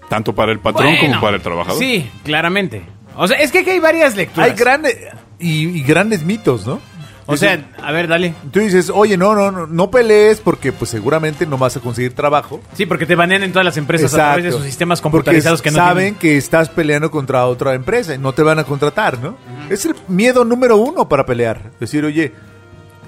Speaker 5: Tanto para el patrón como
Speaker 2: Bueno,
Speaker 5: para el trabajador.
Speaker 2: Sí, claramente. O sea, es que aquí hay varias lecturas.
Speaker 3: Hay grandes y, y grandes mitos, ¿no?
Speaker 2: o sea, a ver, dale.
Speaker 3: Tú dices, oye, no, no, no, no pelees porque pues seguramente no vas a conseguir trabajo.
Speaker 2: Sí, porque te banean en todas las empresas a través de
Speaker 3: Exacto.
Speaker 2: sus sistemas
Speaker 3: Porque
Speaker 2: computarizados que no
Speaker 3: saben
Speaker 2: tienen.
Speaker 3: que estás peleando contra otra empresa y no te van a contratar, ¿no? Es el miedo número uno para pelear. Decir, oye,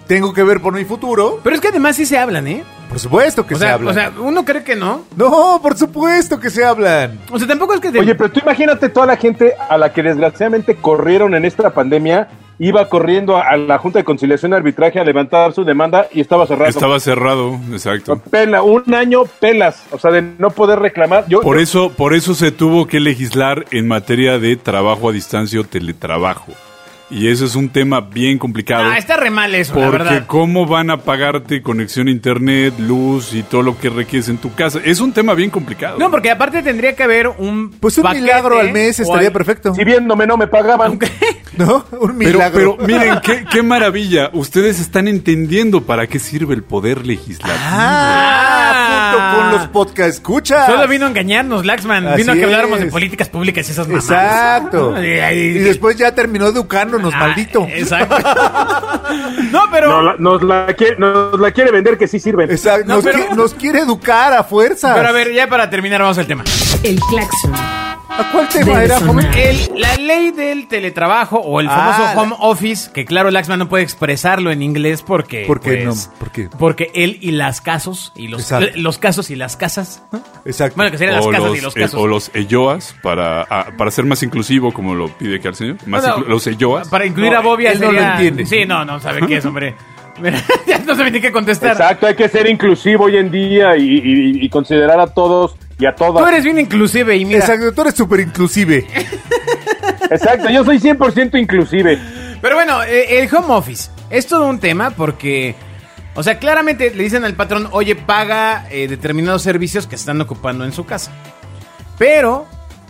Speaker 3: tengo que ver por mi futuro.
Speaker 2: Pero es que además sí se hablan, ¿eh?
Speaker 3: Por supuesto que
Speaker 2: O
Speaker 3: se
Speaker 2: sea,
Speaker 3: habla.
Speaker 2: o sea, uno cree que no.
Speaker 3: No, por supuesto que se hablan.
Speaker 2: O sea, tampoco es que Ah, te...
Speaker 4: Oye, pero tú imagínate toda la gente a la que desgraciadamente corrieron en esta pandemia, iba corriendo a, a la Junta de Conciliación y Arbitraje a levantar su demanda y estaba cerrado.
Speaker 5: Estaba cerrado, exacto.
Speaker 4: Pela, un año pelas, o sea, de no poder reclamar. Yo,
Speaker 5: Por eso, por eso se tuvo que legislar en materia de trabajo a distancia o teletrabajo. Y eso es un tema bien complicado.
Speaker 2: Ah, está re mal eso, la
Speaker 5: porque
Speaker 2: verdad.
Speaker 5: cómo van a pagarte conexión a internet, luz y todo lo que requieres en tu casa. Es un tema bien complicado.
Speaker 2: No, porque aparte tendría que haber un.
Speaker 3: Pues un
Speaker 2: paquete
Speaker 3: milagro al mes
Speaker 2: o
Speaker 3: estaría
Speaker 2: al-
Speaker 3: perfecto.
Speaker 4: si viéndome no me pagaban.
Speaker 3: ¿No? Un
Speaker 5: Pero,
Speaker 3: milagro.
Speaker 5: pero miren, qué, qué maravilla. Ustedes están entendiendo para qué sirve el poder legislativo.
Speaker 3: Ah, contacto con los podcast escucha.
Speaker 2: Solo vino a engañarnos, Laxman.
Speaker 3: Así
Speaker 2: vino a que habláramos de
Speaker 3: es.
Speaker 2: políticas públicas y esas mamadas.
Speaker 3: Exacto.
Speaker 2: Ay, ay,
Speaker 3: Y
Speaker 2: ay.
Speaker 3: después ya terminó educándonos,
Speaker 2: Ah,
Speaker 3: maldito.
Speaker 2: Exacto. no, pero.
Speaker 4: No, la- nos, la quiere, nos la quiere vender que sí sirven.
Speaker 3: Exacto.
Speaker 2: No,
Speaker 3: Nos,
Speaker 2: pero-
Speaker 3: qui- nos quiere educar a fuerza.
Speaker 2: Pero a ver, ya para terminar, vamos al tema.
Speaker 1: El claxon
Speaker 3: ¿A cuál tema
Speaker 1: Debe
Speaker 3: era,
Speaker 1: sonar.
Speaker 3: joven?
Speaker 2: El- la ley del teletrabajo o el
Speaker 3: Ah,
Speaker 2: famoso
Speaker 3: la-
Speaker 2: home office, que claro, Laxman no puede expresarlo en inglés porque.
Speaker 3: ¿Por qué
Speaker 2: pues,
Speaker 3: no? ¿Por qué?
Speaker 2: Porque él y las casos y los,
Speaker 3: Exacto.
Speaker 2: los casos y las casas. ¿no?
Speaker 3: Exacto.
Speaker 2: Bueno, que serían las
Speaker 5: O
Speaker 2: casas
Speaker 5: los,
Speaker 2: y los
Speaker 5: eh,
Speaker 2: casos.
Speaker 5: o los elloas para, ah, para ser más inclusivo, como lo pide que al señor. Más
Speaker 2: Bueno,
Speaker 5: inclu- los elloas.
Speaker 2: Para incluir
Speaker 3: Pues, No,
Speaker 2: a Bobby
Speaker 3: él no lo
Speaker 2: sería-
Speaker 3: entiende.
Speaker 2: Sí, no, no sabe qué es, hombre. Mira, ya no sabe ni qué contestar.
Speaker 4: Exacto, hay que ser inclusivo hoy en día y, y- y considerar a todos y a todas.
Speaker 2: Tú eres bien inclusive y mira.
Speaker 3: Exacto, tú eres súper inclusive.
Speaker 4: Exacto, yo soy 100% inclusive.
Speaker 2: Pero bueno, eh, el home office es todo un tema porque, o sea, claramente le dicen al patrón, oye, paga eh, determinados servicios que están ocupando en su casa. Pero,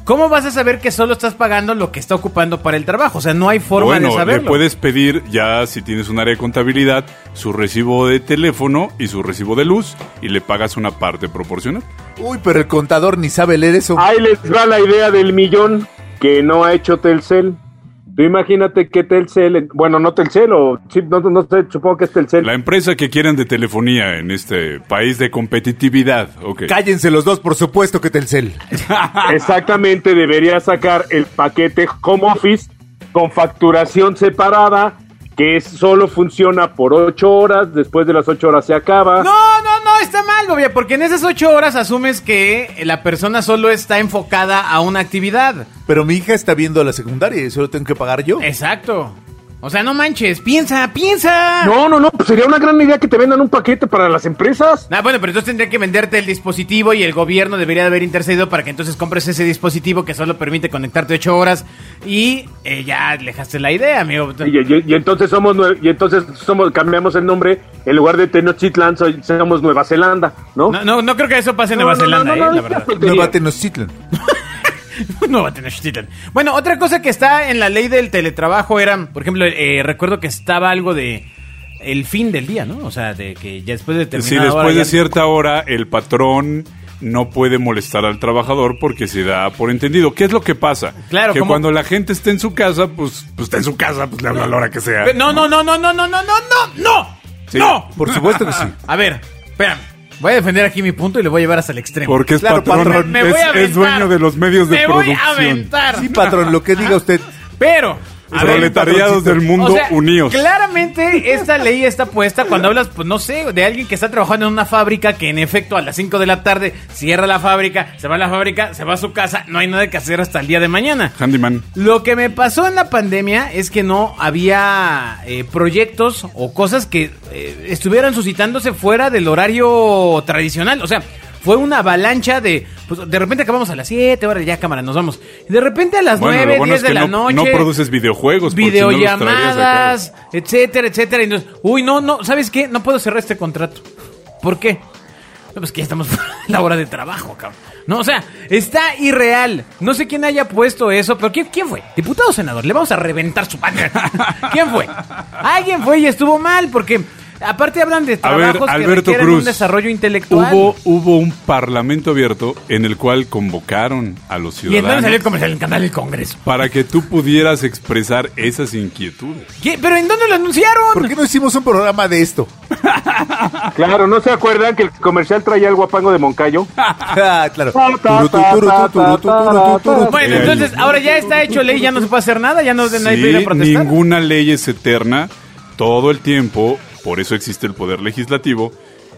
Speaker 2: ¿cómo vas a saber que solo estás pagando lo que está ocupando para el trabajo? O sea, no hay forma
Speaker 5: bueno,
Speaker 2: de
Speaker 5: le
Speaker 2: saberlo.
Speaker 5: puedes pedir ya si tienes un área de contabilidad su recibo de teléfono y su recibo de luz y le pagas una parte proporcional.
Speaker 3: Uy, pero el contador ni sabe leer eso.
Speaker 2: Ah.
Speaker 4: Ahí les va la idea del millón que no ha hecho Telcel. Tú imagínate que Telcel, bueno, no Telcel, o sí, no, no sé, supongo que es Telcel.
Speaker 5: La empresa que quieran de telefonía en este país de competitividad. ok.
Speaker 3: Cállense los dos, por supuesto que Telcel.
Speaker 4: Exactamente, debería sacar el paquete home office con facturación separada, que es- solo funciona por ocho horas, después de las ocho horas se acaba.
Speaker 2: No, no, no, está mal, Gobia, porque en esas ocho horas asumes que la persona solo está enfocada a una actividad.
Speaker 3: Pero mi hija está viendo la secundaria y solo tengo que pagar yo.
Speaker 2: Exacto. O sea, no manches, piensa, piensa.
Speaker 4: No, no, no, pues sería una gran idea que te vendan un paquete para las empresas.
Speaker 2: Ah, bueno, pero entonces tendría que venderte el dispositivo y el gobierno debería de haber intercedido para que entonces compres ese dispositivo que solo permite conectarte ocho horas y eh, ya dejaste la idea, amigo.
Speaker 4: Y, y- y entonces somos nue- y entonces somos cambiamos el nombre en lugar de Tenochtitlan soy- somos Nueva Zelanda, ¿no?
Speaker 2: No, no, no creo que eso pase en
Speaker 4: No,
Speaker 2: Nueva
Speaker 4: no, no,
Speaker 2: Zelanda,
Speaker 4: no, no,
Speaker 2: eh, la
Speaker 4: no,
Speaker 2: verdad.
Speaker 4: no, no,
Speaker 3: Nueva Tenochtitlan.
Speaker 2: Nueva Tenochtitlan. Bueno, otra cosa que está en la ley del teletrabajo era, por ejemplo, eh, recuerdo que estaba algo de el fin del día, ¿no? O sea, de que ya después de
Speaker 5: Si
Speaker 2: terminar
Speaker 5: después de cierta hora el patrón no puede molestar al trabajador porque se da por entendido. ¿Qué es lo que pasa?
Speaker 2: Claro,
Speaker 5: que
Speaker 2: como-
Speaker 5: cuando la gente está en su casa, pues, pues está en su casa, pues le habla a la hora que sea.
Speaker 2: No, no, no, no, no, no, no, no, no, no.
Speaker 5: Sí.
Speaker 2: No.
Speaker 3: Por supuesto que sí.
Speaker 2: A ver, espérame. Voy a defender aquí mi punto y lo voy a llevar hasta el extremo.
Speaker 5: Porque es
Speaker 3: Claro,
Speaker 5: patrón,
Speaker 3: patrón.
Speaker 2: Me
Speaker 5: es,
Speaker 2: voy a
Speaker 5: es
Speaker 2: aventar.
Speaker 5: dueño de los medios de
Speaker 2: Me voy a
Speaker 5: producción.
Speaker 2: aventar.
Speaker 3: Sí, patrón, lo que diga usted.
Speaker 2: Pero, a ver,
Speaker 5: Proletariados del
Speaker 2: o
Speaker 5: mundo
Speaker 2: sea,
Speaker 5: unidos.
Speaker 2: Claramente esta ley está puesta cuando hablas, pues no sé, de alguien que está trabajando en una fábrica que en efecto a las 5 de la tarde cierra la fábrica, se va a la fábrica, se va a su casa, no hay nada que hacer hasta el día de mañana.
Speaker 5: Handyman.
Speaker 2: Lo que me pasó en la pandemia es que no había eh, proyectos o cosas que eh, estuvieran suscitándose fuera del horario tradicional. O sea, fue una avalancha de. Pues, de repente acabamos a las 7, ahora ya cámara, nos vamos. Y de repente a las
Speaker 5: Bueno,
Speaker 2: 9,
Speaker 5: lo bueno
Speaker 2: 10
Speaker 5: es que
Speaker 2: de la
Speaker 5: no,
Speaker 2: noche.
Speaker 5: no produces videojuegos. porque si no los traerías acá.
Speaker 2: videollamadas, etcétera, etcétera. Y nos- uy, no, no, ¿sabes qué? No puedo cerrar este contrato. ¿Por qué? No, pues que ya estamos a la hora de trabajo, cabrón. No, o sea, está irreal. No sé quién haya puesto eso, pero ¿quién, quién fue? ¿Diputado o senador? Le vamos a reventar su panel. ¿Quién fue? Alguien fue y estuvo mal, porque aparte hablan de
Speaker 5: A ver,
Speaker 2: trabajos que
Speaker 5: Alberto
Speaker 2: requieren
Speaker 5: Cruz.
Speaker 2: un desarrollo intelectual.
Speaker 5: Hubo, hubo un parlamento abierto en el cual convocaron a los
Speaker 2: y entonces
Speaker 5: ciudadanos
Speaker 2: salió el comercial en el canal del Congreso.
Speaker 5: para que tú pudieras expresar esas inquietudes.
Speaker 2: ¿Qué? ¿Pero en dónde lo anunciaron?
Speaker 3: ¿Por qué no hicimos un programa de esto?
Speaker 4: Claro, ¿no se acuerdan que el comercial traía el guapango de Moncayo?
Speaker 3: Ah, claro.
Speaker 2: Bueno,
Speaker 5: Eh,
Speaker 2: entonces ahora ya está hecho ley, ya no se puede hacer nada, ya no no hay que ir a
Speaker 5: Sí,
Speaker 2: protestar.
Speaker 5: ninguna ley es eterna todo el tiempo, por eso existe el poder legislativo.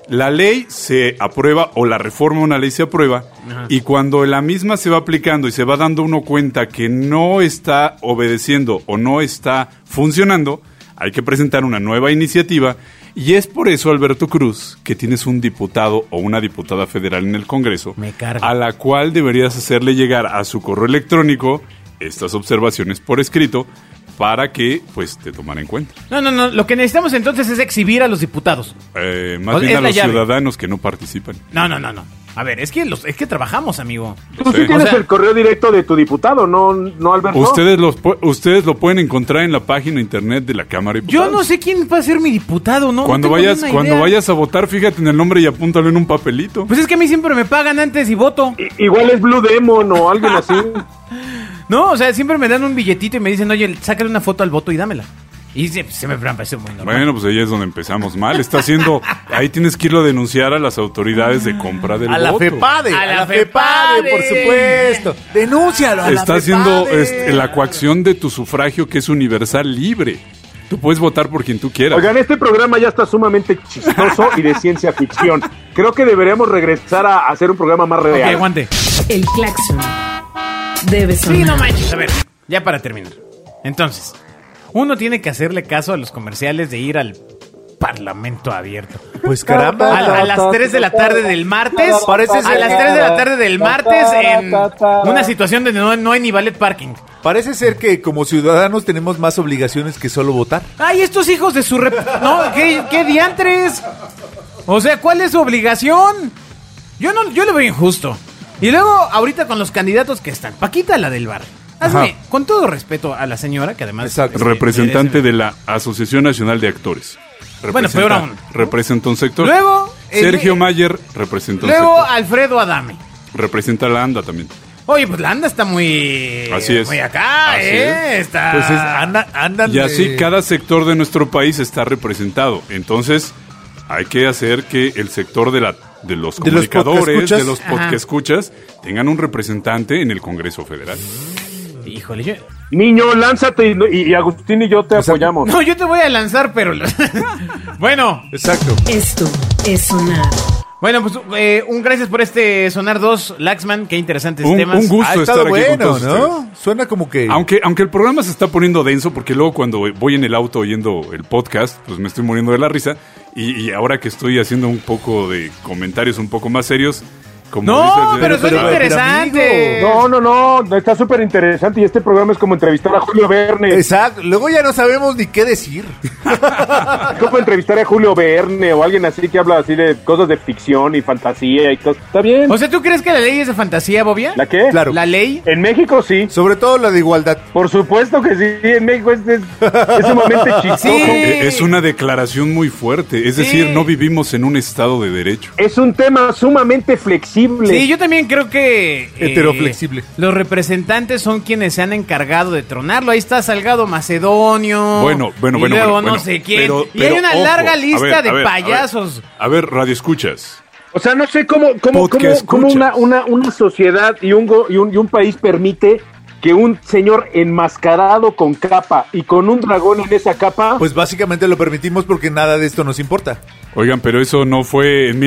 Speaker 5: La ley se aprueba o la reforma a una ley se aprueba y cuando la misma se va aplicando y se va dando uno cuenta que no está obedeciendo o no está funcionando, hay que presentar una nueva iniciativa y es por eso Alberto Cruz que tienes un diputado o una diputada federal en el Congreso
Speaker 2: Me carga.
Speaker 5: a a la cual deberías hacerle llegar a su correo electrónico estas observaciones por escrito para que pues te tomara en cuenta.
Speaker 2: No, no, no. Lo que necesitamos entonces es exhibir a los diputados.
Speaker 5: Eh, más
Speaker 2: Pues,
Speaker 5: bien
Speaker 2: es
Speaker 5: a
Speaker 2: la
Speaker 5: los
Speaker 2: llave.
Speaker 5: ciudadanos que no participan.
Speaker 2: No, no, no, no. A ver, es que, los, es que trabajamos, amigo.
Speaker 4: Tú
Speaker 5: Sí.
Speaker 4: sí tienes
Speaker 2: O sea-
Speaker 4: el correo directo de tu diputado, no, no Alberto.
Speaker 5: Ustedes, los, pu- ustedes lo pueden encontrar en la página internet de la Cámara.
Speaker 2: Yo
Speaker 5: de Diputados.
Speaker 2: no sé quién va a ser mi diputado, ¿no?
Speaker 5: Cuando
Speaker 2: No tengo
Speaker 5: vayas,
Speaker 2: ni una
Speaker 5: cuando
Speaker 2: idea.
Speaker 5: vayas a votar, fíjate en el nombre y apúntalo en un papelito.
Speaker 2: Pues es que a mí siempre me pagan antes y voto.
Speaker 4: I- Igual es Blue Demon o alguien así.
Speaker 2: No, o sea, siempre me dan un billetito y me dicen, oye, sácale una foto al voto y dámela. Y se, se me parece muy normal.
Speaker 5: Bueno, pues ahí es donde empezamos mal. Está haciendo. Ahí tienes que irlo a denunciar a las autoridades de compra del
Speaker 3: A la
Speaker 5: voto.
Speaker 3: FEPADE,
Speaker 2: A
Speaker 3: a,
Speaker 2: la
Speaker 3: la, FEPADE, por
Speaker 2: FEPADE.
Speaker 3: supuesto. Denúncialo a
Speaker 5: Está
Speaker 3: la
Speaker 5: haciendo
Speaker 3: FEPADE.
Speaker 5: este, la coacción de tu sufragio que es universal libre. Tú puedes votar por quien tú quieras.
Speaker 4: Oigan, este programa ya está sumamente chistoso y de ciencia ficción. Creo que deberíamos regresar a hacer un programa más
Speaker 2: Ok,
Speaker 4: real.
Speaker 2: aguante.
Speaker 1: El claxon debe sonar.
Speaker 2: Sí, no manches. A ver, ya para terminar. Entonces, uno tiene que hacerle caso a los comerciales de ir al Parlamento abierto.
Speaker 3: Pues caramba.
Speaker 2: A, a las 3 de la tarde del martes.
Speaker 3: Pareces-
Speaker 2: a las 3 de la tarde del martes en una situación donde no, no hay ni ballet parking.
Speaker 3: Parece ser que como ciudadanos tenemos más obligaciones que solo votar.
Speaker 2: ¡Ay, estos hijos de su... rep- no, ¿qué, qué diantres! O sea, ¿cuál es su obligación? Yo no, yo lo veo injusto. Y luego, ahorita con los candidatos que están. Paquita, la del bar. Hazme,
Speaker 5: Ajá.
Speaker 2: con todo respeto a la señora, que además...
Speaker 3: Exacto.
Speaker 2: este,
Speaker 5: Representante
Speaker 2: merece-
Speaker 5: de la Asociación Nacional de Actores.
Speaker 2: Bueno, peor
Speaker 5: Representa-
Speaker 2: aún.
Speaker 5: Representa un sector.
Speaker 2: Luego, el-
Speaker 5: Sergio Mayer representa un
Speaker 2: Luego, ah.
Speaker 5: sector.
Speaker 2: Alfredo Adame.
Speaker 5: Representa a la ANDA también.
Speaker 2: Oye, pues la anda está muy...
Speaker 5: Así es.
Speaker 2: Muy acá,
Speaker 5: Así
Speaker 2: ¿eh? Está...
Speaker 3: Pues es, anda- andan.
Speaker 5: Y así
Speaker 3: de-
Speaker 5: cada sector de nuestro país está representado. Entonces, hay que hacer que el sector de la de los
Speaker 3: De los
Speaker 5: comunicadores,
Speaker 3: podcaescuchas.
Speaker 5: de los
Speaker 2: Ajá.
Speaker 5: podcaescuchas, tengan un representante en el Congreso Federal.
Speaker 2: Híjole, yo...
Speaker 4: Niño, lánzate y, y Agustín y yo te apoyamos.
Speaker 2: No, yo te voy a lanzar, pero... bueno,
Speaker 3: Exacto.
Speaker 1: Esto es sonar.
Speaker 2: Bueno, pues eh, un gracias por este Sonar 2, Laxman. Qué interesantes
Speaker 5: Un-
Speaker 2: temas.
Speaker 5: un gusto.
Speaker 3: Ha
Speaker 5: estar
Speaker 3: estado
Speaker 5: aquí con
Speaker 3: bueno,
Speaker 5: todos
Speaker 3: ¿no?
Speaker 5: ustedes.
Speaker 3: Suena como que.
Speaker 5: Aunque, aunque el programa se está poniendo denso, porque luego cuando voy en el auto oyendo el podcast, pues me estoy muriendo de la risa. Y, y ahora que estoy haciendo un poco de comentarios un poco más serios, como
Speaker 2: No,
Speaker 5: dices,
Speaker 2: pero,
Speaker 3: pero-
Speaker 2: son
Speaker 3: pero, eh.
Speaker 2: interesantes.
Speaker 4: No, no, no, está súper interesante y este programa es como entrevistar a Julio Verne. Es
Speaker 3: Exacto. Luego ya no sabemos ni qué decir.
Speaker 4: como entrevistar a Julio Verne o alguien así que habla así de cosas de ficción y fantasía y cosas. ¿Está bien?
Speaker 2: O sea, ¿tú crees que la ley es de fantasía, Bobia?
Speaker 4: ¿La qué?
Speaker 3: Claro.
Speaker 2: ¿La ley?
Speaker 4: En México sí.
Speaker 3: Sobre todo la de igualdad.
Speaker 4: Por supuesto que sí, en México es, es, es sumamente chistoso.
Speaker 2: Sí.
Speaker 5: E- es una declaración muy fuerte. Es decir,
Speaker 2: Sí.
Speaker 5: no vivimos en un estado de derecho.
Speaker 4: Es un tema sumamente flexible.
Speaker 2: Sí, yo también creo que... eh,
Speaker 3: Heteroflexible.
Speaker 2: Los representantes son quienes se han encargado de tronarlo. Ahí está Salgado Macedonio.
Speaker 5: Bueno, bueno,
Speaker 2: y
Speaker 5: bueno.
Speaker 2: Luego
Speaker 5: bueno,
Speaker 2: no
Speaker 5: bueno.
Speaker 2: sé quién.
Speaker 5: Pero-
Speaker 2: y
Speaker 5: pero
Speaker 2: hay una
Speaker 5: ojo, a
Speaker 2: larga
Speaker 5: ver,
Speaker 2: lista
Speaker 5: a
Speaker 2: de
Speaker 5: ver, a ver.
Speaker 2: payasos.
Speaker 5: A ver, radio escuchas.
Speaker 4: O sea, no sé cómo, cómo, cómo,
Speaker 5: Podcast
Speaker 4: cómo
Speaker 5: escuchas.
Speaker 4: una, una, una sociedad y un, go- y, un, y un país permite que un señor enmascarado con capa y con un dragón en esa capa...
Speaker 3: Pues básicamente lo permitimos porque nada de esto nos importa.
Speaker 5: Oigan, pero eso no fue en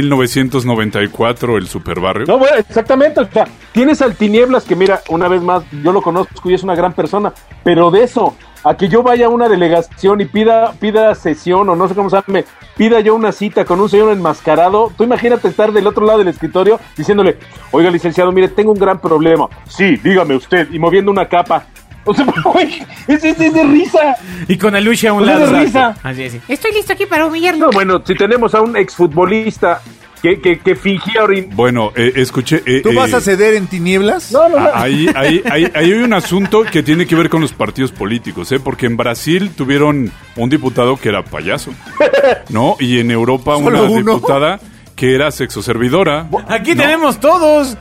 Speaker 5: 1994 el Superbarrio.
Speaker 4: no, bueno, exactamente. O sea, tienes al Tinieblas que, mira, una vez más, yo lo conozco y es una gran persona. Pero de eso, a que yo vaya a una delegación y pida, pida sesión o no sé cómo se llame, pida yo una cita con un señor enmascarado, tú imagínate estar del otro lado del escritorio diciéndole, oiga, licenciado, mire, tengo un gran problema. Sí, dígame usted, y moviendo una capa. O sea, güey, es, es- es de risa.
Speaker 2: Y con Aluche a un
Speaker 4: Pues es de
Speaker 2: lado. Ah,
Speaker 4: risa.
Speaker 2: Así es.
Speaker 5: Eh,
Speaker 6: Estoy listo aquí para humillarlo.
Speaker 4: No, bueno, si tenemos a un exfutbolista que, que, que fingía orin...
Speaker 5: Bueno, eh, escuché. eh,
Speaker 3: ¿Tú
Speaker 5: eh,
Speaker 3: vas a ceder en tinieblas?
Speaker 4: No, no, no.
Speaker 5: a- Ah, Ahí, ahí, ahí- ahí hay un asunto que tiene que ver con los partidos políticos, ¿eh? porque en Brasil tuvieron un diputado que era payaso, ¿no? Y en Europa una
Speaker 3: ¿Solo uno?
Speaker 5: diputada que era sexoservidora.
Speaker 2: Aquí
Speaker 5: ¿no?
Speaker 2: tenemos todos.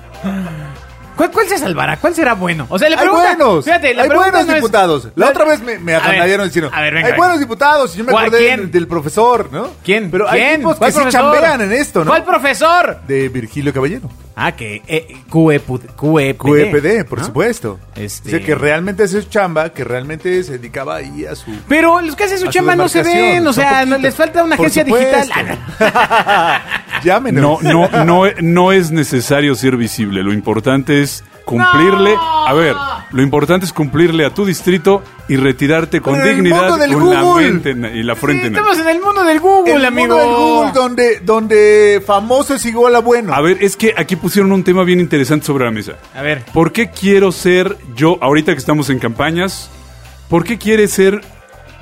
Speaker 2: ¿Cuál, cuál se salvará? ¿cuál será bueno? O sea, la
Speaker 3: Hay
Speaker 2: pregunta,
Speaker 3: buenos,
Speaker 2: fíjate, la
Speaker 3: hay
Speaker 2: pregunta
Speaker 3: buenos
Speaker 2: no es-
Speaker 3: diputados. La otra vez me, me
Speaker 2: A ver,
Speaker 3: apandallaron diciendo,
Speaker 2: a ver, venga,
Speaker 3: hay
Speaker 2: venga.
Speaker 3: buenos diputados, y yo me
Speaker 2: ¿Cuál-
Speaker 3: acordé
Speaker 2: quién?
Speaker 3: del, del profesor, ¿no?
Speaker 2: ¿Quién?
Speaker 3: Pero hay
Speaker 2: ¿Quién?
Speaker 3: tipos que
Speaker 2: ¿Cuál
Speaker 3: se
Speaker 2: profesor?
Speaker 3: chambean en esto, ¿no?
Speaker 2: ¿Cuál profesor?
Speaker 3: De Virgilio Caballero.
Speaker 2: Ah, que eh, QEPD.
Speaker 3: QEPD, por
Speaker 2: ¿no?
Speaker 3: supuesto.
Speaker 2: ¿Ah? Este-
Speaker 3: O sea, que realmente hace su chamba, que realmente se dedicaba ahí a su...
Speaker 2: Pero los que hacen su
Speaker 3: a
Speaker 2: chamba no se
Speaker 3: demarcación.
Speaker 2: ven, o
Speaker 3: Son
Speaker 2: sea, no-
Speaker 3: poquitos.
Speaker 2: les falta una
Speaker 3: Por
Speaker 2: agencia digital. Ah,
Speaker 3: supuesto. Llámenos.
Speaker 5: No, no, no, no es necesario ser visible. Lo importante es cumplirle. A ver, lo importante es cumplirle a tu distrito y retirarte con
Speaker 3: Pero en el
Speaker 5: dignidad
Speaker 3: mundo del
Speaker 5: con la
Speaker 3: Google.
Speaker 5: mente en- y la
Speaker 2: Sí,
Speaker 5: frente en alto.
Speaker 2: estamos en el mundo del Google,
Speaker 3: El
Speaker 2: amigo.
Speaker 3: mundo del Google donde, donde famoso es igual a bueno.
Speaker 5: A ver, es que aquí pusieron un tema bien interesante sobre la mesa.
Speaker 2: A ver.
Speaker 5: ¿Por qué quiero ser yo, ahorita que estamos en campañas, ¿Por qué quiere ser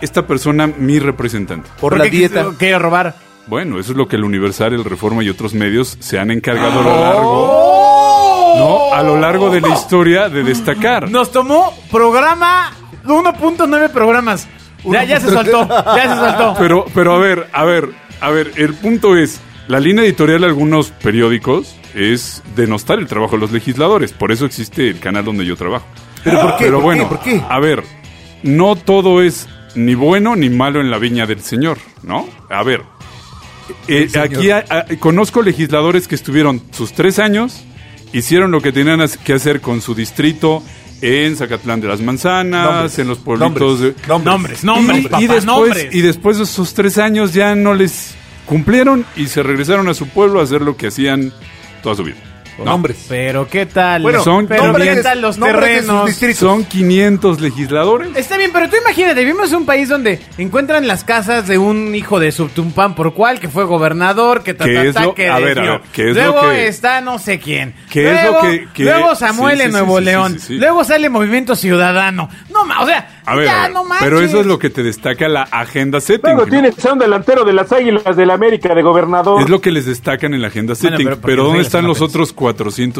Speaker 5: esta persona mi representante?
Speaker 3: Por
Speaker 2: ¿Por
Speaker 3: la
Speaker 2: qué
Speaker 3: dieta.
Speaker 2: quis- Quiero robar.
Speaker 5: Bueno, eso es lo que el Universal, el Reforma y otros medios se han encargado a lo largo, ¿no? A lo largo de la historia de destacar.
Speaker 2: Nos tomó programa 1.9 programas. Ya, ya se soltó, ya se soltó.
Speaker 5: Pero, pero a ver, a ver, a ver, el punto es, la línea editorial de algunos periódicos es denostar el trabajo de los legisladores, por eso existe el canal donde yo trabajo.
Speaker 3: ¿Pero por qué?
Speaker 5: Pero
Speaker 3: ¿Por qué?
Speaker 5: bueno,
Speaker 3: ¿Por qué?
Speaker 5: a ver, no todo es ni bueno ni malo en la viña del señor, ¿no? A ver, eh, aquí a- a- conozco legisladores que estuvieron sus tres años, hicieron lo que tenían as- que hacer con su distrito en Zacatlán de las
Speaker 2: Ah,
Speaker 5: Manzanas,
Speaker 3: Nombres,
Speaker 5: en los pueblitos
Speaker 3: nombres,
Speaker 5: de...
Speaker 3: nombres.
Speaker 2: Nombres, nombres,
Speaker 5: y,
Speaker 2: papá,
Speaker 5: y después,
Speaker 2: nombres.
Speaker 5: y después de esos tres años ya no les cumplieron y se regresaron a su pueblo a hacer lo que hacían toda su vida. No.
Speaker 3: Nombres.
Speaker 2: Pero qué tal,
Speaker 5: Bueno,
Speaker 2: son, pero
Speaker 5: nombres-
Speaker 2: qué tal los
Speaker 3: nombres de sus
Speaker 2: terrenos.
Speaker 3: distritos.
Speaker 5: Son 500 legisladores.
Speaker 2: Está bien, pero tú imagínate, vivimos en un país donde encuentran las casas de un hijo de Subtumpán por cual, que fue gobernador, que ta,
Speaker 5: ¿Qué
Speaker 2: ta,
Speaker 5: es
Speaker 2: ta,
Speaker 5: lo-
Speaker 2: que
Speaker 5: a ver, a
Speaker 2: desvió.
Speaker 5: ver, ¿qué es lo
Speaker 2: luego
Speaker 5: que-
Speaker 2: está no sé quién.
Speaker 5: ¿Qué es
Speaker 2: luego,
Speaker 5: lo que- que-
Speaker 2: luego Samuel
Speaker 5: sí, sí,
Speaker 2: en
Speaker 5: sí,
Speaker 2: Nuevo
Speaker 5: sí, sí,
Speaker 2: León.
Speaker 5: sí, sí.
Speaker 2: Luego sale Movimiento Ciudadano. No, ma- o sea,
Speaker 5: A ver,
Speaker 2: ya
Speaker 5: a ver,
Speaker 2: no manches.
Speaker 5: pero eso es lo que te destaca la agenda setting.
Speaker 4: Luego
Speaker 5: ¿no?
Speaker 4: tienes a un delantero de las Águilas del América de gobernador.
Speaker 5: Es lo que les destacan en la agenda
Speaker 2: Bueno,
Speaker 5: setting.
Speaker 2: pero
Speaker 5: pero,
Speaker 2: porque
Speaker 5: ¿dónde
Speaker 2: reglas
Speaker 5: están
Speaker 2: son
Speaker 5: los
Speaker 2: apenas.
Speaker 5: otros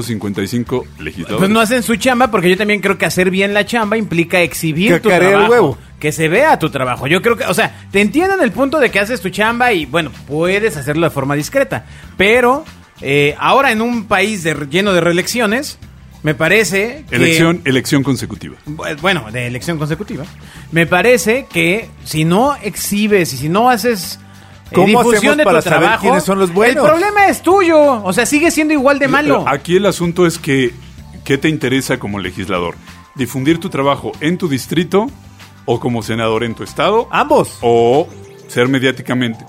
Speaker 5: 455 legisladores?
Speaker 2: Pues no hacen su chamba, porque yo también creo que hacer bien la chamba implica exhibir tu
Speaker 3: Cacarear el
Speaker 2: trabajo.
Speaker 3: huevo.
Speaker 2: Que se vea tu trabajo. Yo creo que, o sea, te entienden el punto de que haces tu chamba y, bueno, puedes hacerlo de forma discreta. Pero eh, ahora en un país de, lleno de reelecciones, me parece que...
Speaker 5: elección, elección consecutiva.
Speaker 2: Bu- Bueno, de elección consecutiva. Me parece que si no exhibes y si no haces... eh,
Speaker 3: ¿Cómo
Speaker 2: difusión
Speaker 3: hacemos
Speaker 2: de tu
Speaker 3: para saber
Speaker 2: trabajo,
Speaker 3: quiénes son los buenos?
Speaker 2: El problema es tuyo. O sea, sigue siendo igual de malo.
Speaker 5: Pero Aquí el asunto es que, ¿qué te interesa como legislador? ¿Difundir tu trabajo en tu distrito o como senador en tu estado?
Speaker 3: Ambos.
Speaker 5: O ser mediáticamente.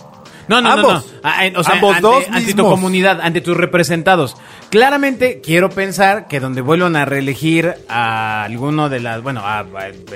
Speaker 2: No, no,
Speaker 3: Ambos.
Speaker 2: no, no. Ah, en- O sea,
Speaker 3: Ambos
Speaker 2: ante,
Speaker 3: dos
Speaker 2: ante tu
Speaker 3: mismos.
Speaker 2: comunidad, ante tus representados. Claramente quiero pensar que donde vuelvan a reelegir a alguno de las, bueno, a, a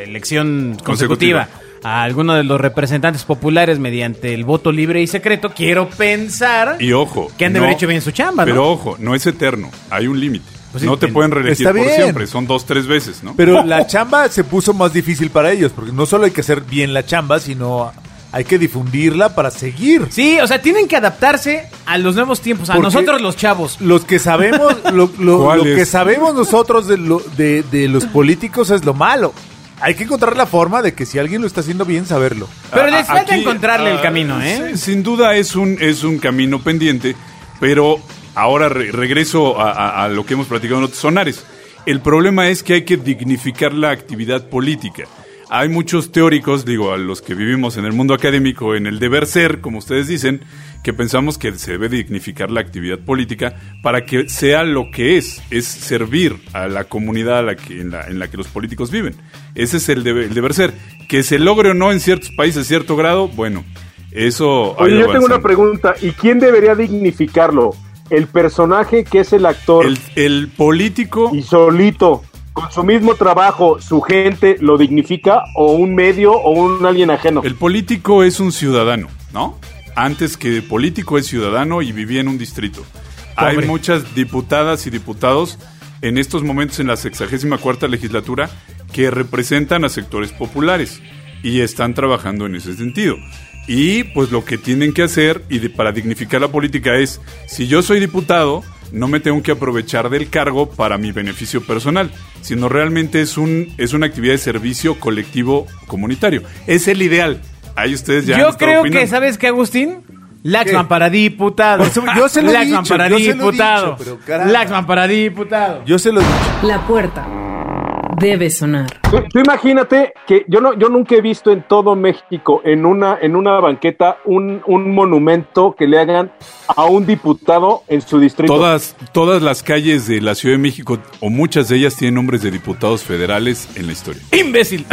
Speaker 2: elección consecutiva,
Speaker 5: Consecutiva.
Speaker 2: a alguno de los representantes populares mediante el voto libre y secreto, quiero pensar
Speaker 5: Y ojo.
Speaker 2: que han de
Speaker 5: no-
Speaker 2: haber hecho bien su chamba, ¿no?
Speaker 5: Pero ojo, no es eterno. Hay un límite.
Speaker 2: Pues sí,
Speaker 5: no te
Speaker 2: en-
Speaker 5: pueden reelegir
Speaker 3: está
Speaker 5: por
Speaker 3: bien.
Speaker 5: siempre. Son dos, tres veces, ¿no?
Speaker 3: Pero la chamba se puso más difícil para ellos, porque no solo hay que hacer bien la chamba, sino hay que difundirla para seguir.
Speaker 2: Sí, o sea, tienen que adaptarse a los nuevos tiempos, a
Speaker 3: Porque-
Speaker 2: nosotros los chavos.
Speaker 3: Los que sabemos, lo, lo-
Speaker 5: ¿Cuál
Speaker 3: lo
Speaker 5: es?
Speaker 3: que sabemos nosotros de, lo- de- de los políticos es lo malo. Hay que encontrar la forma de que si alguien lo está haciendo bien, saberlo.
Speaker 2: Pero
Speaker 5: A-
Speaker 2: les falta
Speaker 5: aquí,
Speaker 2: encontrarle el
Speaker 5: ah,
Speaker 2: camino, ¿eh?
Speaker 5: sí, Sin duda es un, es un camino pendiente, pero ahora re- regreso a, a- a lo que hemos platicado en otros sonares. El problema es que hay que dignificar la actividad política. Hay muchos teóricos, digo, a los que vivimos en el mundo académico, en el deber ser, como ustedes dicen, que pensamos que se debe dignificar la actividad política para que sea lo que es, es servir a la comunidad a la que, en, la, en la que los políticos viven. Ese es el debe- el deber ser. Que se logre o no en ciertos países cierto grado, bueno, eso... ha
Speaker 4: Oye,
Speaker 5: ido
Speaker 4: yo tengo una
Speaker 5: avanzando.
Speaker 4: pregunta. ¿Y quién debería dignificarlo? El personaje que es el actor
Speaker 5: El, el político...
Speaker 4: y solito, con su mismo trabajo, su gente lo dignifica o un medio o un alguien ajeno.
Speaker 5: El político es un ciudadano, ¿no? Antes que político es ciudadano y vivía en un distrito. Hay muchas diputadas y diputados en estos momentos en la 64 legislatura que representan a sectores populares y están trabajando en ese sentido. Y pues lo que tienen que hacer y de- para dignificar la política es, si yo soy diputado, no me tengo que aprovechar del cargo para mi beneficio personal, sino realmente es, un, es una actividad de servicio colectivo comunitario. Es el ideal. Ahí ustedes ya... han
Speaker 2: Yo
Speaker 5: estado
Speaker 2: creo que,
Speaker 5: opinando.
Speaker 2: ¿sabes qué, Agustín? Laxman
Speaker 3: ¿Qué?
Speaker 2: para diputado.
Speaker 3: Por supuesto, yo se lo he
Speaker 2: Laxman
Speaker 3: dicho,
Speaker 2: para
Speaker 3: yo se lo he
Speaker 2: diputado.
Speaker 3: dicho, pero caramba.
Speaker 2: Laxman para diputado.
Speaker 3: Yo se lo he dicho.
Speaker 1: La puerta debe sonar.
Speaker 4: Tú, tú imagínate que yo no, yo nunca he visto en todo México, en una, en una banqueta, un, un monumento que le hagan a un diputado en su distrito.
Speaker 5: Todas, todas las calles de la Ciudad de México, o muchas de ellas, tienen nombres de diputados federales en la historia.
Speaker 2: ¡Imbécil!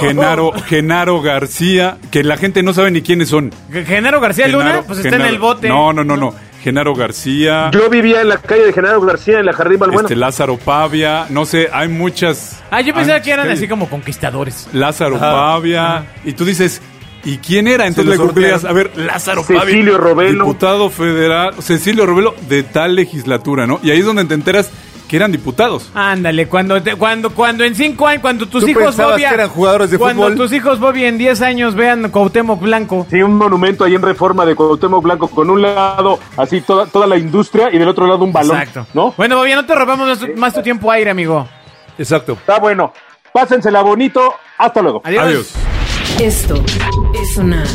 Speaker 5: Genaro, Genaro García, que la gente no sabe ni quiénes son.
Speaker 2: Genaro García Luna,
Speaker 5: Genaro-
Speaker 2: pues está
Speaker 5: Genaro-
Speaker 2: en el bote.
Speaker 5: No, no, no, no. Genaro García,
Speaker 4: Yo vivía en la calle de General García, en la Jardín Balbuena.
Speaker 5: este, Lázaro Pavia, no sé, hay muchas.
Speaker 2: Ah, yo pensaba
Speaker 5: hay
Speaker 2: que eran
Speaker 5: muchas
Speaker 2: así
Speaker 5: calles.
Speaker 2: como conquistadores.
Speaker 5: Lázaro
Speaker 3: Ajá.
Speaker 5: Pavia, y tú dices, ¿y quién era? Entonces
Speaker 3: los
Speaker 5: le googleas, a
Speaker 3: sortearon.
Speaker 5: ver, Lázaro Pavia.
Speaker 4: Cecilio Robelo.
Speaker 5: Diputado federal, Cecilio Robelo de tal legislatura, ¿no? Y ahí es donde te enteras que eran diputados.
Speaker 2: Ándale, cuando, te- cuando, cuando en cinco años, cuando tus
Speaker 3: ¿Tú
Speaker 2: hijos
Speaker 3: pensabas
Speaker 2: Bobby,
Speaker 3: que eran jugadores de
Speaker 2: cuando
Speaker 3: fútbol?
Speaker 2: tus hijos Bobby en 10 años vean Cuauhtémoc Blanco.
Speaker 4: Sí, un monumento ahí en reforma de Cuauhtémoc Blanco, con un lado así toda, toda la industria y del otro lado un balón.
Speaker 2: Exacto.
Speaker 4: ¿No?
Speaker 2: Bueno, Bobby, no te robamos más tu, más tu tiempo aire, amigo.
Speaker 3: Exacto.
Speaker 4: Está bueno. Pásensela bonito. Hasta luego.
Speaker 2: Adiós.
Speaker 5: Adiós.
Speaker 1: Esto es sonar.